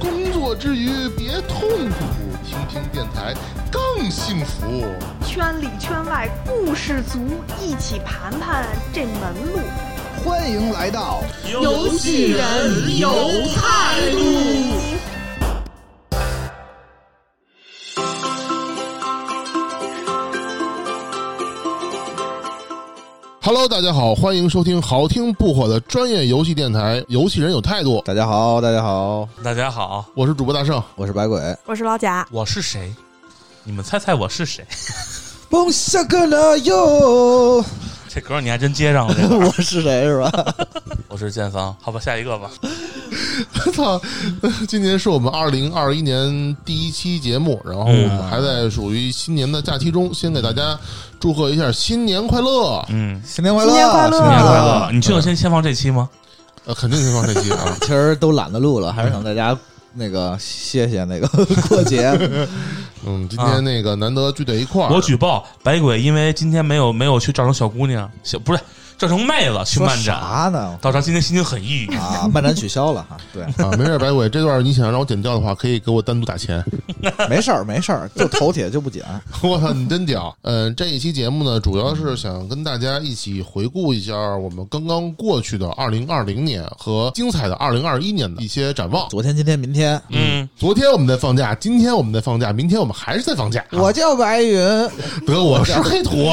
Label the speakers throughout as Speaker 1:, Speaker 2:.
Speaker 1: 工作之余别痛苦，听听电台更幸福。
Speaker 2: 圈里圈外故事足，一起盘盘这门路。
Speaker 3: 欢迎来到
Speaker 4: 游戏人有态度。
Speaker 5: 嗯
Speaker 1: Hello，大家好，欢迎收听好听不火的专业游戏电台《游戏人有态度》，
Speaker 6: 大家好，大家好，
Speaker 7: 大家好，
Speaker 1: 我是主播大圣。
Speaker 6: 我是白鬼。
Speaker 2: 我是老贾，
Speaker 7: 我是谁？你们猜猜我是谁？
Speaker 3: 蹦下个了哟。
Speaker 7: 这歌你还真接上了，这个
Speaker 6: 我是谁是吧？。
Speaker 7: 我是建芳，好吧，下一个吧。
Speaker 1: 我操，今年是我们二零二一年第一期节目，然后我们还在属于新年的假期中，先给大家祝贺一下新年快乐。
Speaker 7: 嗯，
Speaker 3: 新年快乐！
Speaker 2: 新年快乐
Speaker 7: 新年快
Speaker 4: 嗯
Speaker 7: 乐！你确定先先放这期吗？
Speaker 1: 呃，肯定先放这期啊
Speaker 6: 其实都懒得录了，还是想在家那个歇 歇那个过节。
Speaker 1: 嗯，今天那个难得聚在一块儿，
Speaker 7: 啊我举报白鬼，因为今天没有没有去照成小姑娘，小不是照成妹子去
Speaker 6: 说
Speaker 7: 漫展，
Speaker 6: 啥呢？
Speaker 7: 导致他今天心情很抑郁。
Speaker 6: 啊，漫展取消了哈。对，
Speaker 1: 啊，没事儿，白鬼，这段你想让我剪掉的话，可以给我单独打钱。
Speaker 6: 没事儿没事儿，就头铁就不剪。
Speaker 1: 我操，你真屌！嗯，这一期节目呢，主要是想跟大家一起回顾一下我们刚刚过去的二零二零年和精彩的二零二一年的一些展望。
Speaker 6: 昨天、今天、明天，
Speaker 7: 嗯，
Speaker 1: 昨天我们在放假，今天我们在放假，明天我们还是在放假。啊
Speaker 3: 我叫白云，
Speaker 1: 得我是黑土。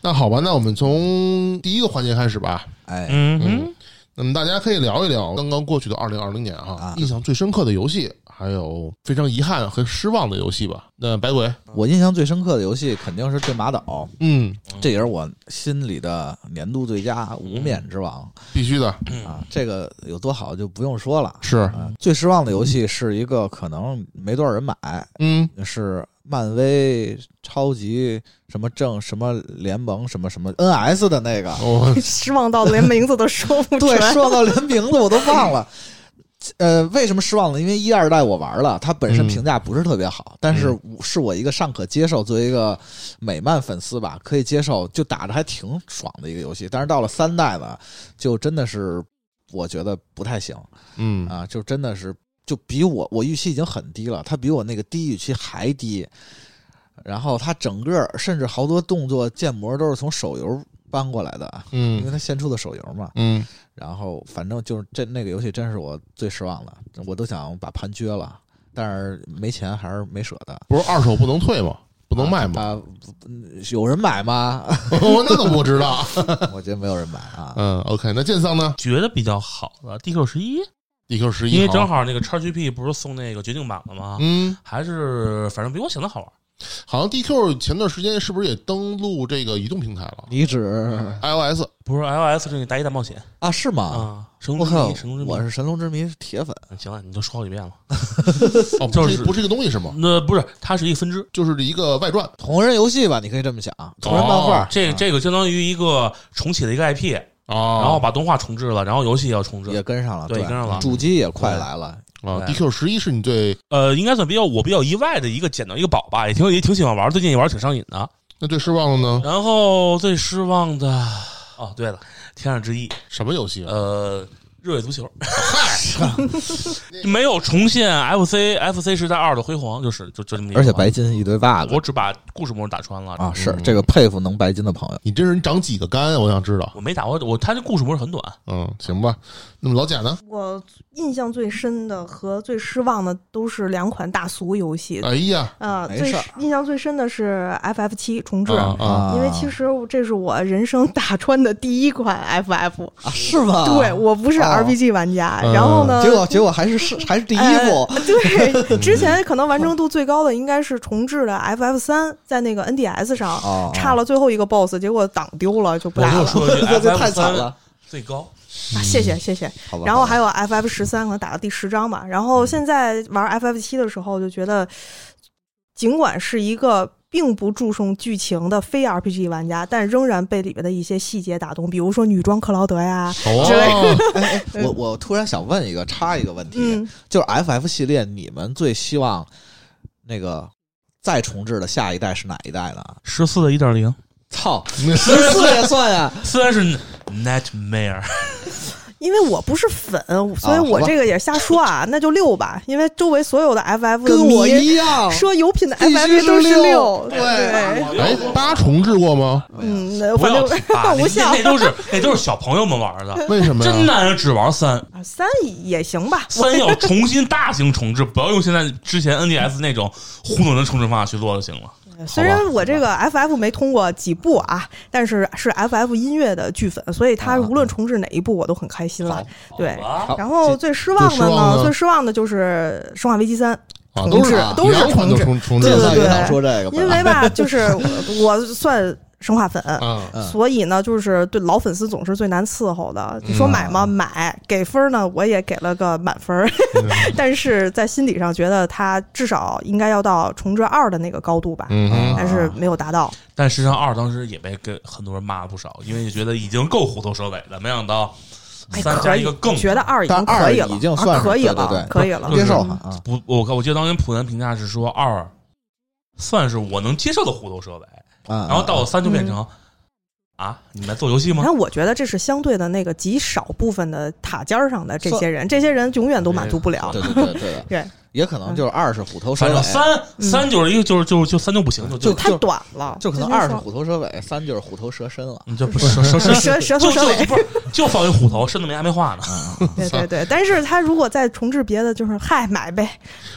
Speaker 1: 那好吧，那我们从第一个环节开始吧。
Speaker 6: 哎，
Speaker 7: 嗯哼，
Speaker 1: 那么大家可以聊一聊刚刚过去的二零二零年哈
Speaker 6: 啊，
Speaker 1: 印象最深刻的游戏，还有非常遗憾和失望的游戏吧。那白鬼，
Speaker 6: 我印象最深刻的游戏肯定是《对马岛
Speaker 1: 嗯，》，
Speaker 6: 这也是我心里的年度最佳无冕之王
Speaker 1: 必须的，
Speaker 6: 啊。这个有多好就不用说了。
Speaker 1: 是，
Speaker 6: 啊，最失望的游戏是一个可能没多少人买，
Speaker 1: 嗯，
Speaker 6: 是漫威超级什么正什么联盟什么什么 NS 的那个，
Speaker 1: 我
Speaker 5: 失望到连名字都说不
Speaker 6: 对，
Speaker 5: 准。
Speaker 6: 说到连名字我都忘了。呃，为什么失望呢？因为一二代我玩了，它本身
Speaker 1: 嗯
Speaker 6: 评价不是特别好，但是我是我一个尚可接受，作为一个美漫粉丝吧，可以接受，就打着还挺爽的一个游戏。但是到了三代呢，就真的是我觉得不太行。
Speaker 1: 嗯
Speaker 6: 啊，就真的是就比我我预期已经很低了，它比我那个低预期还低。然后它整个甚至好多动作建模都是从手游搬过来的，啊因
Speaker 1: 嗯
Speaker 6: 为它先出的手游嘛。
Speaker 1: 嗯，
Speaker 6: 然后反正就是这那个游戏真是我最失望了，我都想把盘撅了，但是没钱还是没舍得。
Speaker 1: 不是二手不能退吗？不
Speaker 6: 不
Speaker 1: 能卖吗？
Speaker 6: 啊？嗯有人买吗？
Speaker 1: 我那怎么不知道？
Speaker 6: 我觉得没有人买啊。
Speaker 1: 嗯，OK，那剑桑呢
Speaker 7: 觉得比较好的 DQ 十一，
Speaker 1: ？DQ 十一，
Speaker 7: 因为正，好那个 XGP 不是送那个决定版了吗？
Speaker 1: 嗯，
Speaker 7: 还是反正比我想的好玩。
Speaker 1: 好像 DQ 前段时间是不是也登录这个移动平台了
Speaker 6: 你指
Speaker 1: ？iOS，
Speaker 7: 不是 iOS 这个大一大冒险
Speaker 6: 啊？是吗？
Speaker 7: 嗯啊，神
Speaker 6: 我
Speaker 7: 龙之
Speaker 6: 靠
Speaker 7: 谜，神龙之！谜嗯
Speaker 6: 我。是神龙之谜铁粉，
Speaker 7: 行了，你都说好几遍了。
Speaker 1: 哦，不
Speaker 7: 就是是
Speaker 1: 不是一个东西是
Speaker 6: 嗯
Speaker 1: 吗？
Speaker 7: 那不是，它是一个分支。
Speaker 1: 就是一个外传，
Speaker 6: 同人游戏吧？你可以这么想，同人漫画。
Speaker 7: 哦
Speaker 6: 啊
Speaker 7: 这这个相当于一个重启的一个 IP，
Speaker 1: 哦
Speaker 7: 然后把动画重置了，然后游戏也要重
Speaker 6: 也
Speaker 7: 置。
Speaker 6: 跟上了，
Speaker 7: 对跟上了
Speaker 6: 主机也快来了，
Speaker 1: 啊
Speaker 7: 对
Speaker 1: ，DQ 十一是你最
Speaker 7: 呃，应该算比较我比较意外的一个捡到一个宝吧，也挺也挺喜欢玩，最近也玩得挺上瘾的。
Speaker 1: 那最失望的呢？
Speaker 7: 然后最失望的，哦，对了，天壤之意，
Speaker 1: 什么游戏？啊
Speaker 7: 呃，热血足球， 没有重现 FC FC 时代二的辉煌，就是就就这么一个。
Speaker 6: 而且白，金一堆 bug
Speaker 7: 我只把故事模式打穿了
Speaker 6: 啊，是
Speaker 1: 嗯
Speaker 6: 这个佩服能白金的朋友。
Speaker 1: 你这人长几个肝？我想知道。
Speaker 7: 我没打过，我他这故事模式很短，
Speaker 1: 嗯，行吧。那么老贾呢？
Speaker 5: 我印象最深的和最失望的都是两款大俗游戏。
Speaker 1: 哎呀，
Speaker 5: 呃，
Speaker 6: 没
Speaker 5: 最
Speaker 6: 事儿
Speaker 5: 印象最深的是 FF 七重置，
Speaker 1: 啊啊
Speaker 5: 因为其实这是我人生打穿的第一款 FF、
Speaker 6: 啊是吗？
Speaker 5: 对我不是
Speaker 6: 哦
Speaker 5: RPG 玩家，
Speaker 1: 嗯
Speaker 5: 然后呢，
Speaker 6: 结果结果还是是还是第一部，
Speaker 5: 呃 对，之前可能完成度最高的应该是重置的 FF 三，在那个 NDS 上
Speaker 6: 哦
Speaker 5: 差了最后一个 BOSS，结果档丢了就不
Speaker 7: 我
Speaker 5: 打
Speaker 7: 就
Speaker 5: 了。
Speaker 7: 说一句
Speaker 6: 这
Speaker 7: ，FF
Speaker 6: 太惨
Speaker 7: 哎三
Speaker 6: 了。
Speaker 7: 最高，
Speaker 5: 啊，谢谢谢谢。
Speaker 6: 好吧。
Speaker 5: 然后还
Speaker 6: 有
Speaker 5: 有 FF 十三，可能打到第十章吧。然
Speaker 6: 嗯
Speaker 5: 后现在玩 FF 七的时候，就觉得，尽管是一个并不注重剧情的非 RPG 玩家，但仍然被里面的一些细节打动，比如说女装克劳德呀，之类
Speaker 1: 哦，
Speaker 6: 哎我我突然想问一个，插一个问题，
Speaker 5: 嗯，
Speaker 6: 就是 FF 系列，你们最希望那个再重置的下一代是哪一代呢？
Speaker 7: 十四的一点零，
Speaker 6: 操，十四也算呀？
Speaker 7: 虽然是 Nightmare，
Speaker 5: 因为我不是粉，所以
Speaker 6: 啊好
Speaker 5: 我
Speaker 6: 吧
Speaker 5: 这个也瞎说啊，那就六吧，因为周围所有的 FF
Speaker 6: 跟我
Speaker 5: 迷
Speaker 6: 一样，
Speaker 5: 说有品的
Speaker 6: 哦必须
Speaker 5: FF 都
Speaker 6: 是
Speaker 5: 六
Speaker 6: 六，
Speaker 5: 对，
Speaker 1: 哎，八重置过吗？
Speaker 5: 嗯，那
Speaker 7: 不
Speaker 5: 反
Speaker 7: 要
Speaker 5: 正
Speaker 7: 啊， 那
Speaker 5: 无效
Speaker 7: 那那都是那都是小朋友们玩的，
Speaker 1: 为什么
Speaker 7: 真
Speaker 1: 呀？
Speaker 7: 男人只玩三，
Speaker 5: 啊三也行吧，
Speaker 7: 三要重新大型重置，不要用现在之前 NDS 那种糊弄的重置方法去做就行了。
Speaker 5: 虽然我这个 FF 没通过几部啊，但是是 FF 音乐的剧粉，所以他无论重置哪一部，我都很开心了。对，
Speaker 7: 啊，
Speaker 6: 好
Speaker 5: 然后最失望的
Speaker 1: 最失望
Speaker 5: 呢，
Speaker 1: 的
Speaker 5: 最失望的就是《生化危机三》，
Speaker 1: 啊，都是
Speaker 5: 都是
Speaker 1: 两款都重
Speaker 5: 重
Speaker 1: 重置
Speaker 6: 这
Speaker 5: 对
Speaker 6: 个
Speaker 5: 对
Speaker 6: 大
Speaker 5: 对
Speaker 6: 学长说
Speaker 1: 哎
Speaker 6: 这个吧，
Speaker 5: 因为吧，就是我我算生化 粉。
Speaker 1: 啊，
Speaker 6: 嗯
Speaker 5: 所以呢，就是对老粉丝总是最难伺候的。你说买吗？买，给分呢，我也给了个满分儿，但是在心理上觉得他至少应该要到重置二的那个高度吧，
Speaker 1: 嗯哼，
Speaker 5: 但是没有达到。
Speaker 7: 但实际上二当时也被跟很多人骂了不少，因为觉得已经够虎头蛇尾了，没想到
Speaker 5: 哎，
Speaker 7: 三加
Speaker 5: 可
Speaker 7: 一
Speaker 5: 以
Speaker 7: 个，更
Speaker 5: 觉得二已
Speaker 6: 但
Speaker 5: 经
Speaker 6: 二
Speaker 5: 可以了，
Speaker 6: 已经算
Speaker 5: 啊
Speaker 6: 是
Speaker 5: 可以
Speaker 6: 对对
Speaker 5: 了
Speaker 6: 对，
Speaker 5: 可以了，
Speaker 6: 接受
Speaker 5: 嗯
Speaker 6: 啊，
Speaker 7: 不，我看我记得当年普元评价是说二算是我能接受的虎头蛇尾，
Speaker 6: 然
Speaker 7: 然后到了三就变
Speaker 5: 嗯
Speaker 7: 成啊，你们来做游戏吗
Speaker 5: 然？后我觉得这是相对的那个极少部分的塔尖儿上的这些人，这些人永远都满足不了。
Speaker 6: 对对对对
Speaker 5: 对，
Speaker 6: 也可能就是二是虎头蛇
Speaker 7: 反
Speaker 6: 尾
Speaker 7: 正，三
Speaker 5: 嗯
Speaker 7: 三就是一个就是就就三就不行，就
Speaker 6: 就
Speaker 7: 就
Speaker 5: 太短了，
Speaker 6: 就可能
Speaker 5: 直接
Speaker 6: 二是
Speaker 5: 说
Speaker 6: 虎头蛇尾，三就是虎头蛇身了。
Speaker 7: 嗯你就不蛇蛇蛇
Speaker 5: 蛇蛇头
Speaker 7: 就
Speaker 5: 蛇
Speaker 7: 就
Speaker 5: 尾，
Speaker 7: 不是就放一虎头，甚至没还没画呢。
Speaker 1: 嗯
Speaker 5: 对对对。但是他如果再重置别的，就是嗨买呗。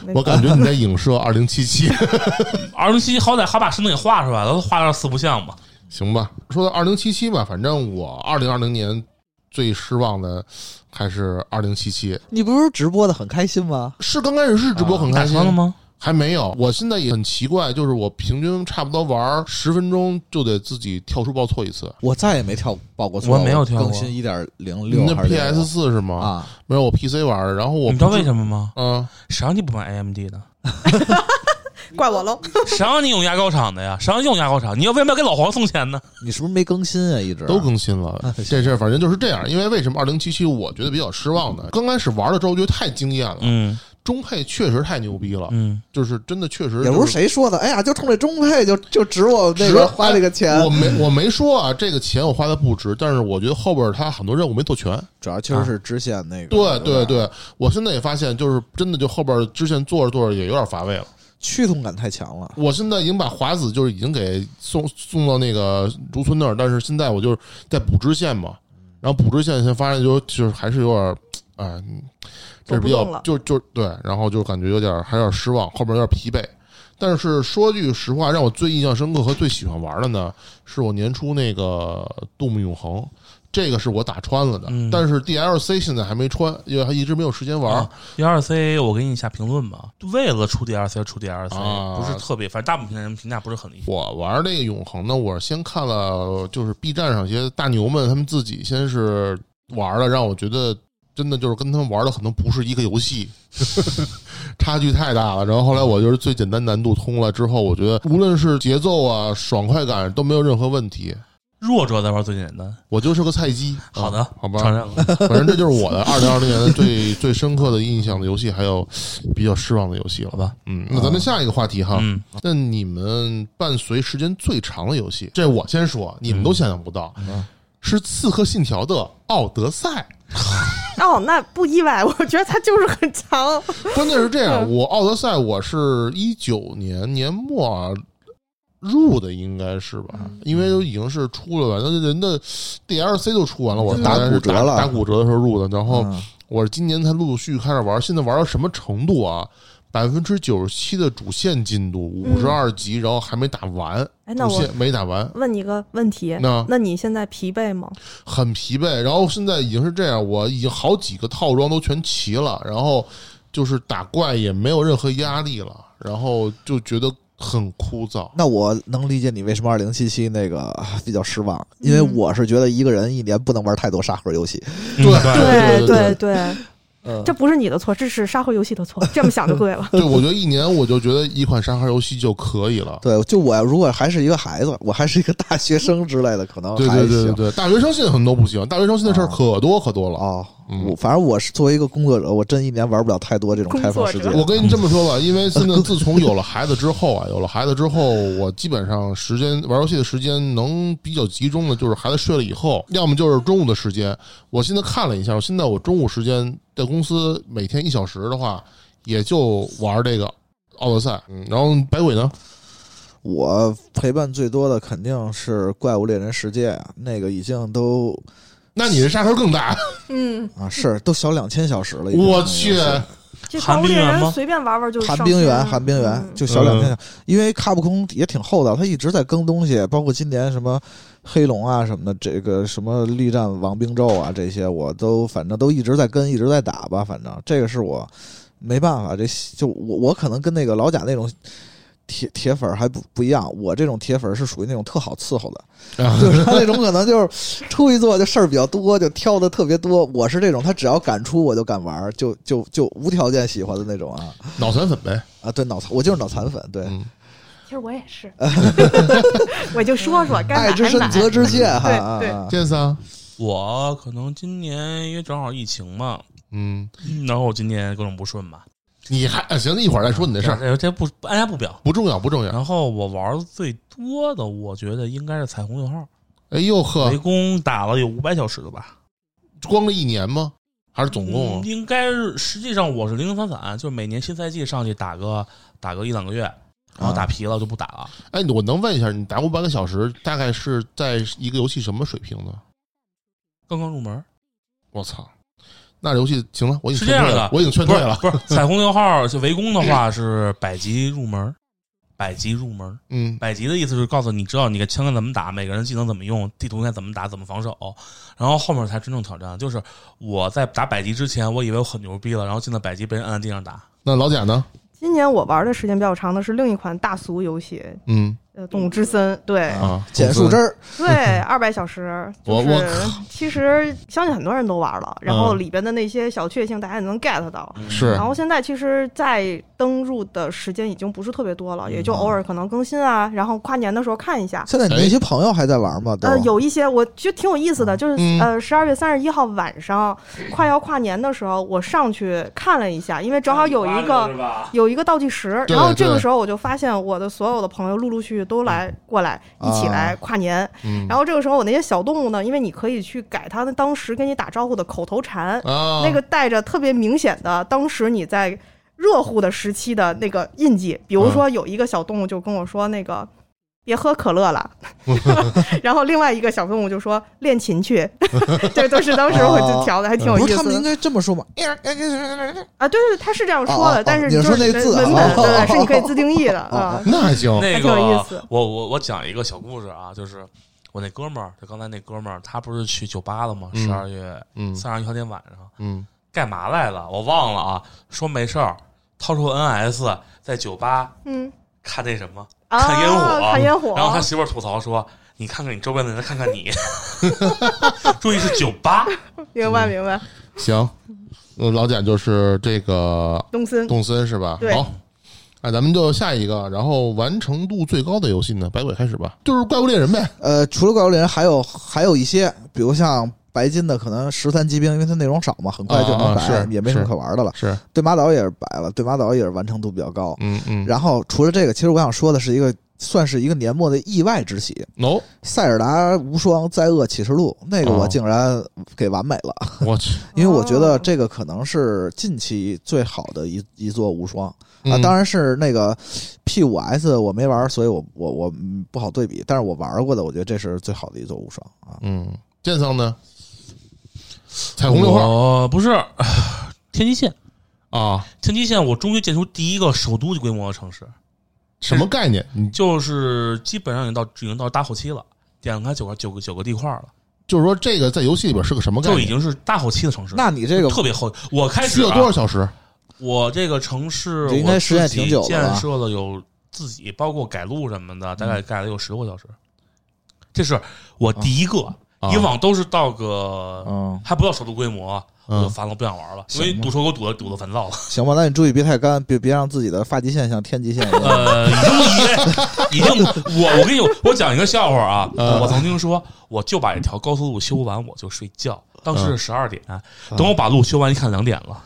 Speaker 5: 那
Speaker 1: 我感觉你在影射二零七七，
Speaker 7: 二零七好歹还把身子给画出来了，都画到四不像嘛。
Speaker 1: 行吧？说到二零七七吧，反正我二零二零年最失望的还是二零七七，
Speaker 6: 你不是直播的很开心吗？
Speaker 1: 是刚开始是直播很
Speaker 7: 打
Speaker 1: 开心
Speaker 5: 啊
Speaker 7: 伤了吗？
Speaker 1: 还没有，我现在也很奇怪，就是我平均差不多玩十分钟就得自己跳出报错一次。
Speaker 6: 我再也没跳报过错，
Speaker 7: 我没有跳过
Speaker 6: 更新一点零
Speaker 1: 你
Speaker 6: 六
Speaker 1: 那
Speaker 6: 还是
Speaker 1: PS 四是吗？，
Speaker 6: 啊？
Speaker 1: 没有，我 PC 玩儿。然后我
Speaker 7: 你知道为什么吗？
Speaker 1: 么？嗯，
Speaker 7: 谁让你不买 AMD 的？
Speaker 5: 怪我喽。
Speaker 7: 谁让你用牙膏厂的 呀？谁让你用牙膏厂？你要为什么要给老黄送钱呢？
Speaker 6: 你是不是没更新啊？一直
Speaker 1: 都更新了
Speaker 6: 啊。
Speaker 1: 这事儿反正就是这样。因为为什么二零七七我觉得比较失望呢？刚开始玩的时候觉得太惊艳了，
Speaker 7: 嗯
Speaker 1: 中配确实太牛逼了，
Speaker 7: 嗯，
Speaker 1: 就是真的确实
Speaker 6: 也
Speaker 1: 就
Speaker 6: 不是谁说的，哎呀，就冲这中配就就值我那
Speaker 1: 值
Speaker 6: 个花这个钱
Speaker 1: 哎我，没我没说啊，这个钱我花的不值，但是我觉得后边他很多任务没做全。
Speaker 6: 主要确实是支线那个，
Speaker 1: 对
Speaker 6: 对
Speaker 1: 对，对，我现在也发现，就是真的就后边之前做着做着也有点乏味了。
Speaker 6: 趋同感太强了。
Speaker 1: 我现在已经把华子就是已经给送送到那个如村那儿，但是现在我就是在补支线嘛，然后补支线现在发现就就是还是有点儿，哎，嗯这是比
Speaker 5: 走不动
Speaker 1: 较
Speaker 5: 了
Speaker 1: 就就对，然后就感觉有点儿还有点失望，后边有点疲惫。但是说句实话，让我最印象深刻和最喜欢玩的呢，是我年初那个《杜牧永恒》，这个是我打穿了的，
Speaker 7: 嗯
Speaker 1: 但是 DLC 现在还没穿，因为还一直没有时间玩。
Speaker 7: 啊 DLC 我给你下评论吧，为了出 DLC 出 DLC，、
Speaker 1: 啊
Speaker 7: 不是特别，反正大部分人评价不是很理想。
Speaker 1: 我玩那个永恒呢，我先看了，就是 B 站上一些大牛们他们自己先是玩了，让我觉得真的就是跟他们玩的可能不是一个游戏， 差距太大了。然后后来我就是最简单难度通了之后，我觉得无论是节奏啊、爽快感都没有任何问题。
Speaker 7: 弱者在玩最简单，
Speaker 1: 我就是个菜鸡。
Speaker 7: 好的
Speaker 1: 啊好吧
Speaker 7: 承，认了。
Speaker 1: 反正这就是我的二零二零年的最 最深刻的印象的游戏，还有比较失望的游戏了
Speaker 7: 好。吧，啊
Speaker 1: 嗯，那咱们下一个话题哈。
Speaker 7: 嗯，
Speaker 1: 那你们伴随时间最长的游戏，这我先说，你们都想象不到，
Speaker 6: 嗯
Speaker 1: 是《刺客信条》的《奥德赛
Speaker 5: 哦，那不意外，我觉得他就是很长。》。
Speaker 1: 关键是这
Speaker 5: 嗯
Speaker 1: 样，我《奥德赛》我是一九年年末入的，应该是吧？
Speaker 5: 嗯
Speaker 1: 因为都已经是出了，完了人的 DLC 都出完了，我
Speaker 6: 嗯打骨折
Speaker 1: 大概是打
Speaker 6: 了
Speaker 1: 打骨折的时候入的，然后
Speaker 6: 嗯
Speaker 1: 我是今年才陆续开始玩，现在玩到什么程度啊？百分之九十七的主线进度，五十二级，然后还没打完，
Speaker 5: 嗯哎，那
Speaker 1: 主
Speaker 5: 我
Speaker 1: 线没打完。
Speaker 5: 问你个问题，
Speaker 1: 那
Speaker 5: 那你现在疲惫吗？
Speaker 1: 很疲惫，然后现在已经是这样，我已经好几个套装都全齐了，然后就是打怪也没有任何压力了，然后就觉得很枯燥。
Speaker 6: 那我能理解你为什么二零七七那个啊比较失望，因为我是觉得一个人一年不能玩太多沙盒游戏。
Speaker 7: 嗯
Speaker 5: 对
Speaker 1: 哎对对
Speaker 5: 对
Speaker 1: 对
Speaker 5: 对，
Speaker 6: 嗯
Speaker 5: 这不是你的错，这是沙盒游戏的错，这么想就对了。
Speaker 1: 对，我觉得一年我就觉得一款沙盒游戏就可以了。
Speaker 6: 对，就我如果还是一个孩子，我还是一个大学生之类的，可能
Speaker 1: 对
Speaker 6: 还
Speaker 1: 对对
Speaker 6: 行。
Speaker 1: 对对，大学生现在很多不行，大学生现在事儿可多可多了。
Speaker 6: 哦，
Speaker 1: 嗯
Speaker 6: 我反正我是作为一个工作者，我真一年玩不了太多这种开放世界
Speaker 5: 工作。者
Speaker 1: 我跟你这么说
Speaker 6: 嗯
Speaker 1: 吧，因为现在自从有了孩子之后啊， 有了孩子之后，我基本上时间玩游戏的时间能比较集中的，就是孩子睡了以后，要么就是中午的时间。我现在看了一下，我现在我中午时间在公司每天一小时的话，也就玩这个奥德赛。嗯，然后百鬼呢？
Speaker 6: 我陪伴最多的肯定是《怪物猎人世界》啊，那个已经都
Speaker 1: 那你这沙盒更大，
Speaker 5: 嗯，
Speaker 6: 啊是都小两千小时了。已经
Speaker 1: 我去
Speaker 6: 那个游戏
Speaker 5: 这
Speaker 7: 寒
Speaker 5: 狂猎
Speaker 7: 冰原
Speaker 5: 人
Speaker 7: 吗
Speaker 5: 随便玩玩就
Speaker 6: 寒
Speaker 5: 上
Speaker 6: 冰
Speaker 5: 天
Speaker 6: 原，
Speaker 5: 了
Speaker 6: 寒冰原
Speaker 5: 嗯
Speaker 6: 就小两天，因为卡普空也挺厚道，他一直在更东西，包括今年什么黑龙啊什么的，这个什么力战王冰咒啊这些，我都反正都一直在跟，一直在打吧，反正这个是我没办法，这就我我可能跟那个老贾那种。铁铁粉还不不一样，我这种铁粉是属于那种特好伺候的，就是他那种可能就是出去做就事儿比较多，就挑的特别多。我是这种，他只要敢出我就敢玩儿，就就就无条件喜欢的那种啊。
Speaker 1: 脑残粉呗。
Speaker 6: 啊，对，脑残，我就是脑残粉，对，
Speaker 1: 嗯，
Speaker 5: 其实我也是，我就说说该
Speaker 6: 爱
Speaker 5: 买
Speaker 6: 之
Speaker 5: 还
Speaker 6: 深，
Speaker 5: 买。
Speaker 6: 哎责之切，哈
Speaker 5: 对
Speaker 6: 啊
Speaker 5: 对
Speaker 6: 啊
Speaker 1: 剑三，
Speaker 7: 我可能今年因为正好疫情嘛，
Speaker 1: 嗯，
Speaker 7: 然后我今年各种不顺吧，
Speaker 1: 你还啊行，那一会儿再说你的事儿，
Speaker 7: 这这不按下不表。
Speaker 1: 不重要不重要。
Speaker 7: 然后我玩的最多的，我觉得应该是彩虹六号，
Speaker 1: 哎呦呵
Speaker 7: 围，攻打了有五百小时了吧？
Speaker 1: 光这一年吗？还是总共啊
Speaker 7: 嗯？应该是实际上我是零零散散，就是每年新赛季上去打个打个一两个
Speaker 1: 啊
Speaker 7: 月，然后打疲了就不打了。
Speaker 1: 哎，我能问一下，你打五百个小时，大概是在一个游戏什么水平呢？
Speaker 7: 刚刚入门，
Speaker 1: 我操，那游戏行了，我已经
Speaker 7: 是这
Speaker 1: 劝退
Speaker 7: 样
Speaker 1: 了
Speaker 7: 的
Speaker 1: 我已经劝
Speaker 7: 不
Speaker 1: 退
Speaker 7: 是
Speaker 1: 了。
Speaker 7: 不是彩虹六号就围攻的话是百级入门，百级入门，
Speaker 1: 嗯，
Speaker 7: 百级的意思是告诉你知道你的枪该怎么打，每个人技能怎么用，地图应该怎么打，怎么防守，然后后面才真正挑战。就是我在打百级之前，我以为我很牛逼了，然后进了百级被人按在地上打。
Speaker 1: 那老贾呢？
Speaker 5: 今年我玩的时间比较长的是另一款大俗游戏，
Speaker 1: 嗯
Speaker 5: 呃，《动物之森》对
Speaker 1: 啊，
Speaker 6: 捡树枝儿，
Speaker 5: 对，二百小时。就
Speaker 1: 我
Speaker 5: 是
Speaker 1: 我
Speaker 5: 其实相信很多人都玩了，然后
Speaker 1: 嗯
Speaker 5: 里边的那些小确幸大家也能 get 到。
Speaker 1: 是
Speaker 5: 然后现在其实，在登入的时间已经不是特别多了，也就
Speaker 1: 嗯
Speaker 5: 偶尔可能更新啊，然后跨年的时候看一下。
Speaker 6: 现在你那些朋友还在玩吗？都
Speaker 5: 呃，有一些我觉得挺有意思的，就是、
Speaker 1: 嗯
Speaker 5: 呃，十二月三十一号晚上快要跨年的时候，我上去看了一下，因为正好有一个有一个倒计时，
Speaker 1: 对
Speaker 5: 然后这
Speaker 1: 对
Speaker 5: 个时候我就发现我的所有的朋友陆陆续续都来过来一
Speaker 1: 啊
Speaker 5: 起来跨年，
Speaker 1: 嗯
Speaker 5: 然后这个时候我那些小动物呢，因为你可以去改它当时跟你打招呼的口头禅，
Speaker 1: 啊，
Speaker 5: 那个带着特别明显的当时你在热乎的时期的那个印记。比
Speaker 6: 嗯
Speaker 5: 如说有一个小动物就跟我说那个。别喝可乐 了， 然后另外一个小动物就说练琴去， 这都是当时我就调的，还挺有
Speaker 6: 哦不
Speaker 5: 意
Speaker 6: 是他们
Speaker 5: 思
Speaker 6: 应
Speaker 5: 的
Speaker 6: 该这么说吗？
Speaker 5: 啊。对对，对他是这样说
Speaker 6: 哦哦
Speaker 5: 的，但是
Speaker 6: 你
Speaker 5: 就是
Speaker 6: 说那字
Speaker 5: 文
Speaker 6: 哦
Speaker 5: 本
Speaker 6: 哦哦
Speaker 5: 对，是你可 以自定义的啊。
Speaker 1: 那还行，
Speaker 7: 那
Speaker 5: 还挺有意
Speaker 7: 个
Speaker 5: 思，
Speaker 7: 我我我讲一个小故事啊，就是我那哥们儿，就刚才那哥们儿，他不是去酒吧了吗？
Speaker 1: 嗯
Speaker 7: 十二月
Speaker 1: 嗯
Speaker 7: 三十一号那天晚上
Speaker 1: 嗯，
Speaker 7: 干嘛来了？我忘了啊。说没事儿，掏出 NS 在酒吧
Speaker 6: 哦
Speaker 5: 嗯，
Speaker 7: 看那什么，
Speaker 5: 啊
Speaker 7: 看烟火
Speaker 5: 看烟火，
Speaker 7: 然后他媳妇儿吐槽说：“你看看你周边的人，看看 你，注意是酒吧。
Speaker 5: 明白明白，
Speaker 1: 行。呃老贾就是这个
Speaker 5: 东森
Speaker 1: 动森是吧？
Speaker 5: 对
Speaker 1: 好，哎，咱们就下一个，然后完成度最高的游戏呢，百鬼开始吧，就是怪物猎人呗。
Speaker 6: 呃，除了怪物猎人，还有还有一些，比如像白金的，可能十三级兵，因为它内容少嘛，很快就
Speaker 1: 啊啊
Speaker 6: 能
Speaker 1: 啊
Speaker 6: 摆，
Speaker 1: 是
Speaker 6: 也没什么
Speaker 1: 是
Speaker 6: 可玩的了。
Speaker 1: 是，
Speaker 6: 对马岛也是摆了，对马岛也是完成度比较高。
Speaker 1: 嗯嗯，
Speaker 6: 然后除了这个，其实我想说的是一个，算是一个年末的意外之喜，
Speaker 1: no，
Speaker 6: 《塞尔达无双：灾厄启示录》那个
Speaker 1: 哦
Speaker 6: 我竟然给完美了。
Speaker 1: 我去，
Speaker 6: 因为我觉
Speaker 5: 哦
Speaker 6: 得这个可能是近期最好的一一座无双啊，
Speaker 1: 嗯
Speaker 6: 当然是那个 P 五 S 我没玩儿，所以我我我嗯不好对比，但是我玩过的，我觉得这是最好的一座无双啊。
Speaker 1: 嗯，剑桑呢？彩虹六号
Speaker 7: 我不是天际线，
Speaker 1: 啊，
Speaker 7: 天际线，我终于建出第一个首都规模的城市，
Speaker 1: 什么概念？你
Speaker 7: 就是基本上已经到已经到大后期了，点开九个九个九个地块了，
Speaker 1: 就是说这个在游戏里边是个什么概
Speaker 7: 就
Speaker 1: 念？
Speaker 7: 已经是大后期的
Speaker 1: 嗯
Speaker 7: 城市。
Speaker 6: 那你这个
Speaker 7: 特别后，我开
Speaker 1: 需
Speaker 7: 始、
Speaker 1: 要
Speaker 7: 啊、
Speaker 1: 多少小时？
Speaker 7: 我这个城市
Speaker 6: 这应该时间也挺久
Speaker 7: 我
Speaker 6: 了吧嗯
Speaker 7: 自己建设了有自己包括改路什么的，大概改了有十多个小时。这是我第一个，
Speaker 1: 啊
Speaker 7: 以往都是到个
Speaker 6: 嗯，
Speaker 7: 还不到首都规模，我就
Speaker 1: 嗯，
Speaker 7: 烦了，不想玩了，因
Speaker 6: 行吧
Speaker 7: 为堵车给我堵的堵的烦躁了。
Speaker 6: 行吧，那你注意别太干，别别让自己的发际线像天际线一样。
Speaker 7: 呃，已经已经，我我跟你我讲一个笑话啊，
Speaker 6: 嗯
Speaker 7: 我曾经说，我就把这条高速路修完我就睡觉，当时是十二点，
Speaker 6: 嗯
Speaker 7: 等我把路修完一看两点了，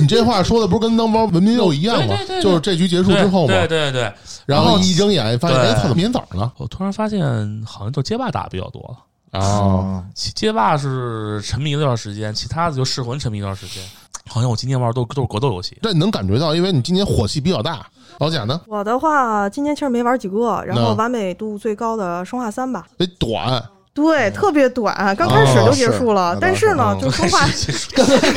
Speaker 1: 你这话说的不是跟当帮文明六一样
Speaker 7: 对
Speaker 1: 吗
Speaker 7: 对对？对
Speaker 1: 就是这局结束之后嘛，
Speaker 7: 对对对对，
Speaker 1: 然后一睁眼发现，
Speaker 7: 对
Speaker 1: 哎，操，怎么明天早上呢？
Speaker 7: 我突然发现好像就街霸打的比较多了。
Speaker 1: 啊，
Speaker 7: 其街霸是沉迷了一段时间，其他的就噬魂沉迷一段时间。好像我今天玩的都都是格斗游戏，
Speaker 1: 这你能感觉到，因为你今年火气比较大。老贾呢？
Speaker 5: 我的话，今年其实没玩几个，然后
Speaker 1: 嗯
Speaker 5: 完美度最高的《生化三》吧，
Speaker 1: 得哎短，
Speaker 5: 对，特别短，刚开始就结束了。
Speaker 6: 是
Speaker 5: 但是呢，
Speaker 6: 那
Speaker 7: 哦
Speaker 5: 就生 化，对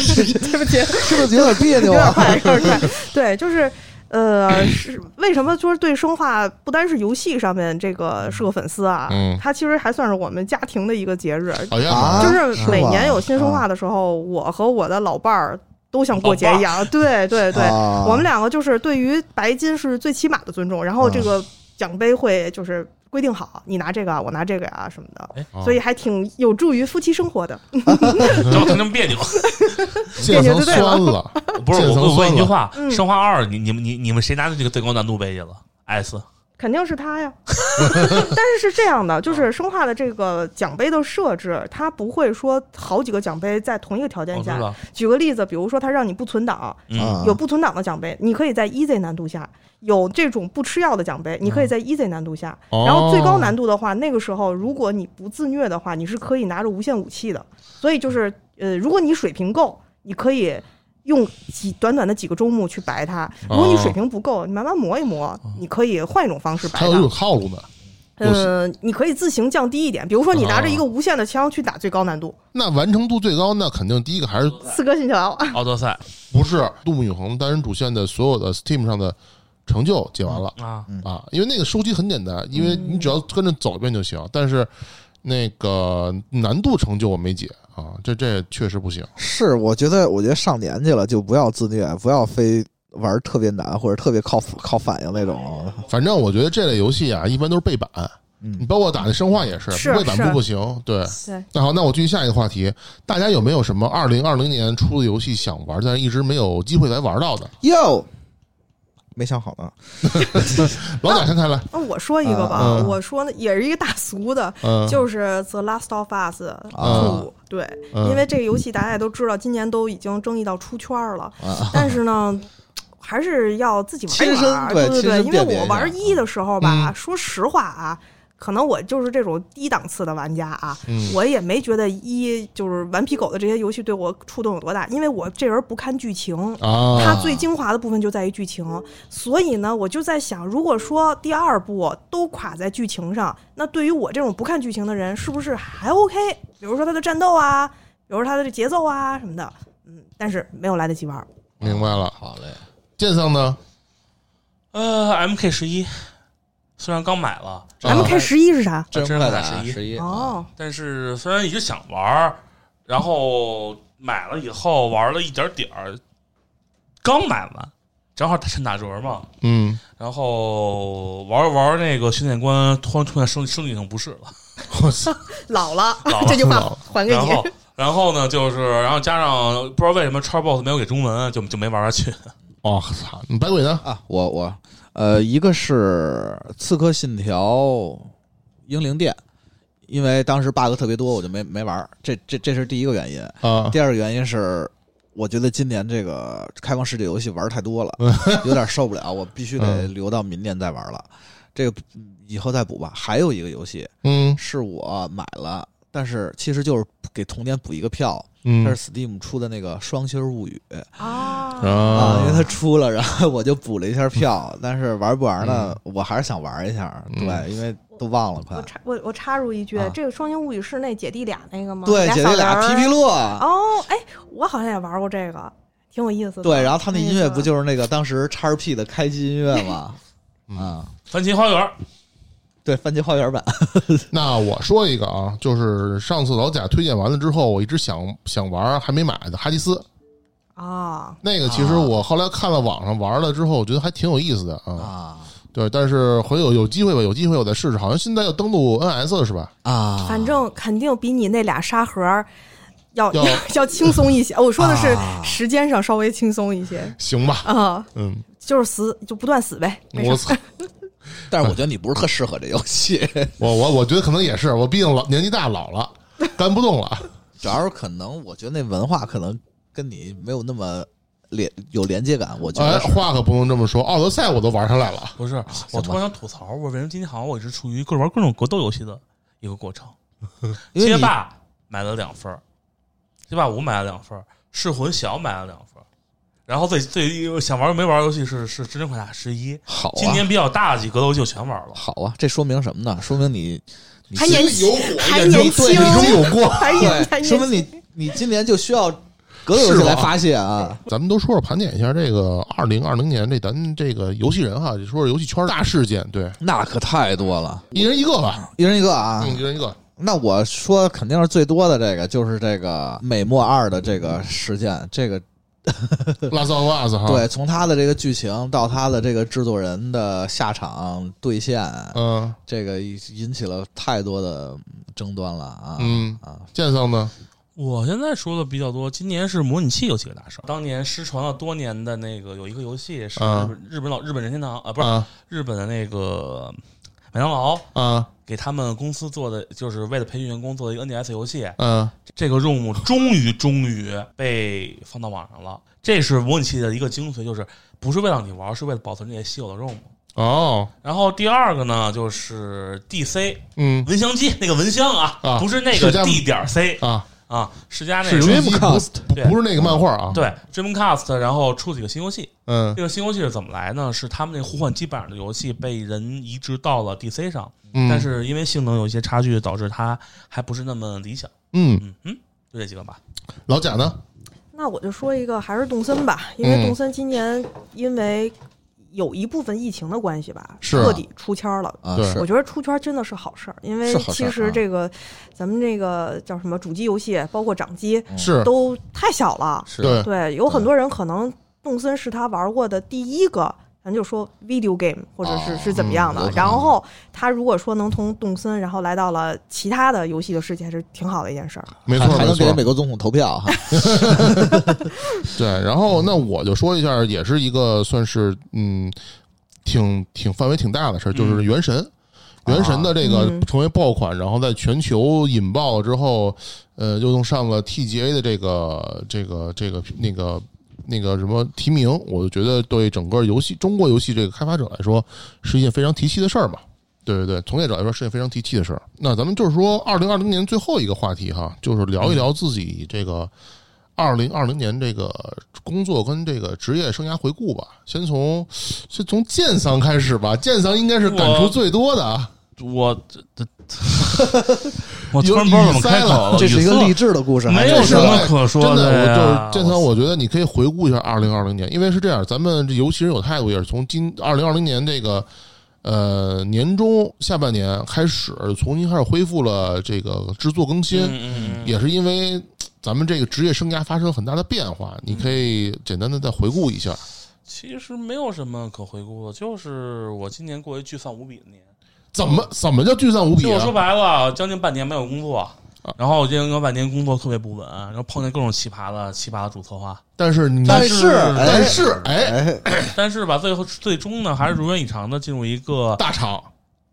Speaker 5: 不起，
Speaker 6: 是不是有点别
Speaker 5: 有
Speaker 6: 扭
Speaker 5: 点
Speaker 6: 啊？
Speaker 5: 快，有点快。对，就是呃，是为什么说对生化不单是游戏上面这个是个粉丝啊，
Speaker 1: 嗯
Speaker 5: 它其实还算是我们家庭的一个节日，
Speaker 1: 好像
Speaker 6: 啊
Speaker 5: 就是每
Speaker 6: 是吗
Speaker 5: 年有新生化的时候，我和我的老伴儿都像过节一样。对 对对，
Speaker 6: 啊
Speaker 5: 我们两个就是对于白金是最起码的尊重，然后这个奖杯会就是。规定好，你拿这个啊，我拿这个呀、什么的
Speaker 7: 哎，
Speaker 1: 啊
Speaker 5: 所以还挺有助于夫妻生活的。
Speaker 7: 然后他那么别 扭。
Speaker 1: 渐层酸了。
Speaker 7: 不是
Speaker 1: 健
Speaker 7: 我，
Speaker 1: 身
Speaker 7: 我问一句
Speaker 1: 算了
Speaker 7: 话，
Speaker 5: 嗯
Speaker 7: 生化二》，你你们你你们谁拿的这个最高难度杯去了？S
Speaker 5: 肯定是他呀。但是是这样的，就是生化的这个奖杯的设置，它不会说好几个奖杯在同一个条件
Speaker 7: 我知
Speaker 5: 下。
Speaker 7: 道，
Speaker 5: 举个例子，比如说它让你不存档，
Speaker 7: 嗯，
Speaker 6: 啊
Speaker 5: 有不存档的奖杯，你可以在 easy 难度下；有这种不吃药的奖杯，你
Speaker 1: 嗯
Speaker 5: 可以在 easy 难度下。
Speaker 1: 哦
Speaker 5: 然后最高难度的话，那个时候如果你不自虐的话，你是可以拿着无限武器的。所以就是呃，如果你水平够，你可以。用几短短的几个周末去白它，如
Speaker 1: 哦
Speaker 5: 果你水平不够，你慢慢磨一磨，你可以换一种方式白
Speaker 1: 还
Speaker 5: 它。
Speaker 1: 有一种套路呢。 有些
Speaker 5: 呃，你可以自行降低一点，比如说你拿着一
Speaker 1: 哦
Speaker 5: 个无限的枪去打最高难度，
Speaker 1: 那完成度最高，那肯定第一个还是
Speaker 5: 刺客信条》
Speaker 7: 奥德赛
Speaker 1: 不是《杜牧永恒》单人主线的所有的 Steam 上的成就解完了
Speaker 7: 啊，
Speaker 6: 嗯
Speaker 1: 啊？因为那个收集很简单，因为你只要跟着走一遍就行。但是那个难度成就我没解啊，这这确实不行。
Speaker 6: 是，我觉得，我觉得上年纪了就不要自虐，不要非玩特别难或者特别靠靠反应那种了。
Speaker 1: 反正我觉得这类游戏啊，一般都是背板。你
Speaker 6: 嗯，
Speaker 1: 包括打那生化也是，
Speaker 5: 是
Speaker 1: 不背板
Speaker 5: 是
Speaker 1: 不不行。对，
Speaker 5: 对
Speaker 1: 那好，那我继续下一个话题。大家有没有什么二零二零年出的游戏想玩，但是一直没有机会来玩到的？
Speaker 6: 哟，没想好呢。
Speaker 1: 老贾先开来，
Speaker 5: 那我说一个吧，
Speaker 1: 嗯嗯
Speaker 5: 我说呢也是一个大俗的，
Speaker 1: 嗯，
Speaker 5: 啊就是《The Last of Us
Speaker 6: 啊
Speaker 5: 2》。对，
Speaker 1: 嗯
Speaker 5: 因为这个游戏大家也都知道，今年都已经争议到出圈了，
Speaker 6: 啊，
Speaker 5: 但是呢。还是要自己玩一
Speaker 6: 亲身
Speaker 5: 玩，
Speaker 6: 对
Speaker 5: 对对
Speaker 6: 亲
Speaker 5: 对，
Speaker 6: 身
Speaker 5: 因为
Speaker 6: 辨别一
Speaker 5: 我
Speaker 6: 下
Speaker 5: 玩一的时候吧，
Speaker 1: 嗯
Speaker 5: 说实话啊，可能我就是这种低档次的玩家啊，
Speaker 1: 嗯
Speaker 5: 我也没觉得一就是顽皮狗的这些游戏对我触动有多大，因为我这人不看剧情，它
Speaker 1: 啊，
Speaker 5: 最精华的部分就在于剧情，所以呢，我就在想，如果说第二部都垮在剧情上，那对于我这种不看剧情的人，是不是还 OK？比如说它的战斗啊，比如说它的这节奏啊什么的，嗯，但是没有来得及玩。
Speaker 1: 明白了。
Speaker 6: 好嘞，
Speaker 1: 剑圣呢？
Speaker 7: 呃，M K 十一，虽然刚买了，
Speaker 1: 啊
Speaker 5: M K 十一是啥？
Speaker 6: 真
Speaker 7: 真
Speaker 6: 快
Speaker 7: 快
Speaker 6: 打
Speaker 7: 打11
Speaker 6: 啊一
Speaker 5: 哦，
Speaker 7: 但是虽然一直想玩儿，然后买了以后玩了一点点儿，刚买完，正好趁打折嘛，
Speaker 1: 嗯，
Speaker 7: 然后玩着玩着那个训练官突然出现生生理性不适了，
Speaker 5: 老了，
Speaker 7: 老了
Speaker 5: 这句话
Speaker 1: 老了
Speaker 5: 还给
Speaker 7: 然
Speaker 5: 你。
Speaker 7: 后然后呢就是然后加上不知道为什么叉 boss 没有给中文，就就没玩下去。
Speaker 1: 哦，操，你白鬼呢？
Speaker 6: 啊！我我呃，一个是《刺客信条：英灵殿》，因为当时 bug 特别多，我就没没玩儿。这这这是第一个原因。
Speaker 1: 啊，
Speaker 6: 第二个原因是，我觉得今年这个开放世界游戏玩儿太多了，
Speaker 1: 嗯
Speaker 6: 有点受不了，我必须得留到明年再玩了。这个以后再补吧。还有一个游戏
Speaker 1: 嗯
Speaker 6: 是我买了，但是其实就是给童年补一个票，它
Speaker 1: 嗯
Speaker 6: 是 Steam 出的那个《双星物语》
Speaker 7: 嗯
Speaker 5: 啊，
Speaker 6: 啊，因为
Speaker 1: 啊，
Speaker 6: 它出了，然后我就补了一 下票，但是玩不玩呢？我还是想玩一下，
Speaker 1: 嗯
Speaker 6: 对，因为都忘了快
Speaker 5: 我。插我我插入一句，
Speaker 6: 啊
Speaker 5: 这个《双星物语》是那姐弟俩那个吗？
Speaker 6: 对，姐弟
Speaker 5: 小人
Speaker 6: 俩
Speaker 5: 儿
Speaker 6: 皮皮乐。
Speaker 5: 哦，哎，我好像也玩过这个，挺有意思的。
Speaker 6: 对，然后他那
Speaker 5: 挺有意
Speaker 6: 音
Speaker 5: 思
Speaker 6: 乐
Speaker 5: 的
Speaker 6: 不就是那个当时 x P 的开机音乐吗？啊，
Speaker 7: 番茄花园儿
Speaker 6: 对，番茄花园版。
Speaker 1: 那我说一个啊，就是上次老贾推荐完了之后，我一直想想玩还没买的《哈迪斯》，
Speaker 5: 啊，
Speaker 1: 那个其实我后来看了网上玩了之后，我觉得还挺有意思的啊。
Speaker 6: 啊，
Speaker 1: 对，但是回头有有机会吧，有机会我再试试。好像现在要登录 NS 了是吧？
Speaker 6: 啊，
Speaker 5: 反正肯定比你那俩沙盒儿要
Speaker 1: 要
Speaker 5: 要轻松一些。哦我说的是
Speaker 6: 啊
Speaker 5: 时间上稍微轻松一些
Speaker 1: 行吧，
Speaker 5: 啊，
Speaker 1: 嗯，
Speaker 5: 就是死就不断死呗，没
Speaker 1: 我
Speaker 5: 事。
Speaker 1: 操，
Speaker 6: 但是我觉得你不是特适合这游 戏，
Speaker 1: 我我我觉得可能也是，我毕竟老年纪大老了，干不动了。
Speaker 6: 主要是可能我觉得那文化可能跟你没有那么连有连接感，我觉
Speaker 1: 哎，
Speaker 6: 得是
Speaker 1: 话可不能这么说，奥德赛我都玩上来了。
Speaker 7: 不是，我突然想吐槽，我为什么今天好像我也是处于各玩各种格斗游戏的一个 过程。
Speaker 6: 因为
Speaker 7: 街
Speaker 6: 你
Speaker 7: 霸买了两分儿，街霸五买了两分儿，噬魂小买了两分儿，然后最最想玩没玩游戏是是真人快打十一。
Speaker 6: 好啊，
Speaker 7: 今年比较大的几个格斗游戏我全玩了。
Speaker 6: 好啊，这说明什么呢？说明你你
Speaker 5: 还年轻，还年轻，
Speaker 6: 对
Speaker 1: 眼中有光。
Speaker 5: 还年还
Speaker 6: 对，
Speaker 5: 年
Speaker 6: 说明
Speaker 5: 轻。
Speaker 6: 你你今年就需要格斗游戏来发泄啊。
Speaker 1: 咱们都说说盘点一下这个二零二零年这咱这个游戏人哈，就说说游戏圈大事件，对，
Speaker 6: 那可太多了，
Speaker 1: 一人一个吧，
Speaker 6: 一人一个啊。
Speaker 1: 嗯，一人一个。
Speaker 6: 那我说肯定是最多的这个，就是这个美墨二的这个事件，这个
Speaker 1: Last of Us 哈，，
Speaker 6: 对，从他的这个剧情到他的这个制作人的下场兑现，
Speaker 1: 嗯
Speaker 6: 这个引起了太多的争端了啊。
Speaker 1: 嗯，
Speaker 6: 啊，
Speaker 1: 剑桑呢？
Speaker 7: 我现在说的比较多，今年是模拟器游戏的大赏。当年失传了多年的那个有一个游戏是日
Speaker 1: 啊
Speaker 7: 本、日本老日本任天堂啊，不是、
Speaker 1: 啊
Speaker 7: 日本的那个麦当劳
Speaker 1: 啊
Speaker 7: 给他们公司做的，就是为了培训员工做的一个 NDS 游戏。
Speaker 1: 嗯
Speaker 7: 这个任务终于终于被放到网上了。这是模拟器的一个精髓，就是不是为了让你玩，是为了保存这些稀有的任务。
Speaker 1: 哦
Speaker 7: 然后第二个呢，就是 DC
Speaker 1: 嗯
Speaker 7: 蚊香机那个蚊香啊，
Speaker 1: 啊
Speaker 7: 不是那
Speaker 1: 世
Speaker 7: 个
Speaker 1: 嘉
Speaker 7: D 点 C
Speaker 1: 啊，
Speaker 7: 啊，世嘉那
Speaker 1: 是
Speaker 7: 个
Speaker 1: 游戏机
Speaker 6: Dreamcast
Speaker 1: 不不不是那个漫画啊，
Speaker 7: 对 Dreamcast，然后出几个新游戏。
Speaker 1: 嗯
Speaker 7: 这个新游戏是怎么来呢？是他们那互换机版的游戏被人移植到了 DC 上，
Speaker 1: 嗯，
Speaker 7: 但是因为性能有一些差距，导致它还不是那么理想。
Speaker 1: 嗯，
Speaker 7: 嗯哼，就这几个吧。
Speaker 1: 老贾呢？
Speaker 5: 那我就说一个，还是动森吧，因为
Speaker 1: 嗯
Speaker 5: 动森今年因为有一部分疫情的关系吧，
Speaker 1: 是啊
Speaker 5: 彻底出圈了。
Speaker 6: 啊，
Speaker 1: 对
Speaker 5: 我
Speaker 6: 是
Speaker 5: 觉得出圈真的是好事儿，因为
Speaker 6: 是好事儿
Speaker 5: 其实这个咱们这个叫什么主机游戏，包括掌机
Speaker 6: 嗯
Speaker 1: 是，
Speaker 5: 都太小了。
Speaker 6: 是
Speaker 1: 对，
Speaker 5: 对，有很多人可能动森是他玩过的第一个，咱就说 video game 或者是
Speaker 6: 哦
Speaker 5: 是怎么样
Speaker 6: 嗯有
Speaker 5: 的
Speaker 6: 可。能
Speaker 5: 然后他如果说能从动森，然后来到了其他的游戏的世界，是挺好的一件事儿。
Speaker 1: 没
Speaker 6: 还
Speaker 1: 错
Speaker 6: 还
Speaker 1: 没
Speaker 6: 能啊给
Speaker 1: 错，
Speaker 6: 美国总统投票哈。
Speaker 1: 对。然后那我就说一下，也是一个算是嗯，挺挺范围挺大的事儿，就是《原神》。原神的这个
Speaker 5: 嗯
Speaker 1: 成为爆款，然后在全球引爆了之后，呃，又弄上了 TGA 的这个这个这个那个那个什么提名，我就觉得对整个游戏中国游戏这个开发者来说是一件非常提气的事儿嘛。对对对，从业者来说是一件非常提气的事儿。那咱们就是说，二零二零年最后一个话题哈，就是
Speaker 7: 嗯
Speaker 1: 聊一聊自己这个二零二零年这个工作跟这个职业生涯回顾吧。先从先从建桑开始吧，建桑应该是感触
Speaker 7: 我
Speaker 1: 最多的啊。
Speaker 7: 我这这，我
Speaker 1: 有
Speaker 7: 突然不知道怎么开口
Speaker 1: 哦
Speaker 7: 了。
Speaker 6: 这是一
Speaker 7: 语
Speaker 6: 个
Speaker 7: 塞
Speaker 6: 励志的故事，还
Speaker 7: 没有
Speaker 6: 真是
Speaker 7: 什么可说
Speaker 1: 真
Speaker 7: 呀
Speaker 1: 的，我就是建仓，我觉得你可以回顾一下二零二零年，因为是这样，咱们这尤其是有态度，也是从今二零二零年这个呃年中下半年开始，重新开始恢复了这个制作更新，
Speaker 7: 嗯嗯嗯，
Speaker 1: 也是因为嘖咱们这个职业生涯发生了很大的变化，你可以简单的再回顾一下。
Speaker 7: 其实没有什么可回顾的，就是我今年过一聚散无比的年。
Speaker 1: 怎么怎么叫聚散无
Speaker 7: 就
Speaker 1: 比
Speaker 7: 我说
Speaker 1: 啊？
Speaker 7: 白了，将近半年没有工作，然后我这有半年工作特别不稳，然后碰见各种奇葩的奇葩的主策划，
Speaker 1: 但是你
Speaker 6: 但是
Speaker 1: 但
Speaker 6: 哎
Speaker 1: 是哎，
Speaker 6: 哎，
Speaker 7: 但是吧，最后最终呢，还是如愿以偿的进入一个
Speaker 1: 大厂，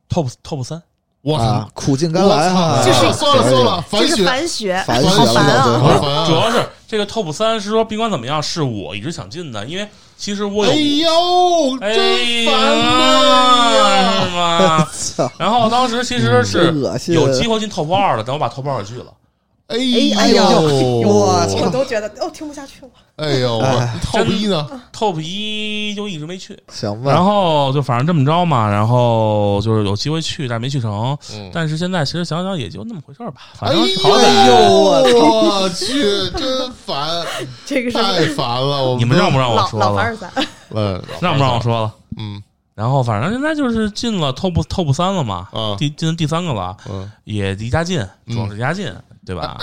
Speaker 7: top top 三。
Speaker 1: 我
Speaker 6: 啊
Speaker 1: 操，，
Speaker 6: 苦尽甘来哈，
Speaker 1: 这是
Speaker 6: 哎
Speaker 1: 算了算了，
Speaker 5: 这
Speaker 1: 反
Speaker 5: 是
Speaker 1: 血，
Speaker 5: 反血，
Speaker 6: 反血
Speaker 1: 好
Speaker 6: 了
Speaker 5: 烦啊
Speaker 6: 到最
Speaker 1: 好
Speaker 6: 后。
Speaker 1: 烦啊！
Speaker 7: 主要是这个 top 三是说，甭管怎么样，是我一直想进的，因为其实我有
Speaker 1: 哎呦，
Speaker 7: 哎
Speaker 1: 真烦
Speaker 7: 呀，
Speaker 1: 呐！
Speaker 7: 是 吗？
Speaker 6: 操
Speaker 7: 然后当时其实是
Speaker 6: 嗯真恶心
Speaker 7: 有机会进 top 二的，但我把 top 二给拒了。
Speaker 1: 哎
Speaker 6: 哎
Speaker 1: 呦
Speaker 6: 呦，我
Speaker 5: 我
Speaker 6: 操！
Speaker 5: 都觉得哦，听不下去了。
Speaker 1: 哎呦
Speaker 6: 哎
Speaker 1: ，top 一呢？
Speaker 7: top 一就一直没去，
Speaker 6: 行吧
Speaker 7: 然，后就反正这么着嘛，然后就是有机会去，但没去成。
Speaker 1: 嗯
Speaker 7: 但是现在其实想想也就那么回事儿吧，反
Speaker 1: 哎
Speaker 7: 正
Speaker 1: 呦，
Speaker 7: 好歹、
Speaker 1: 我去，真烦，
Speaker 5: 这个是
Speaker 1: 太烦了！我
Speaker 7: 你们让不让我
Speaker 5: 老
Speaker 7: 说
Speaker 5: 老凡
Speaker 7: 了
Speaker 5: 尔，赛，
Speaker 1: 嗯
Speaker 7: 让不让我？说了？
Speaker 1: 嗯
Speaker 7: 然后反正现在就是进了 top top 三了嘛，
Speaker 1: 啊
Speaker 7: 第进第三个了，
Speaker 1: 嗯，
Speaker 7: 也离家近，
Speaker 1: 嗯
Speaker 7: 主要是离家近，对吧？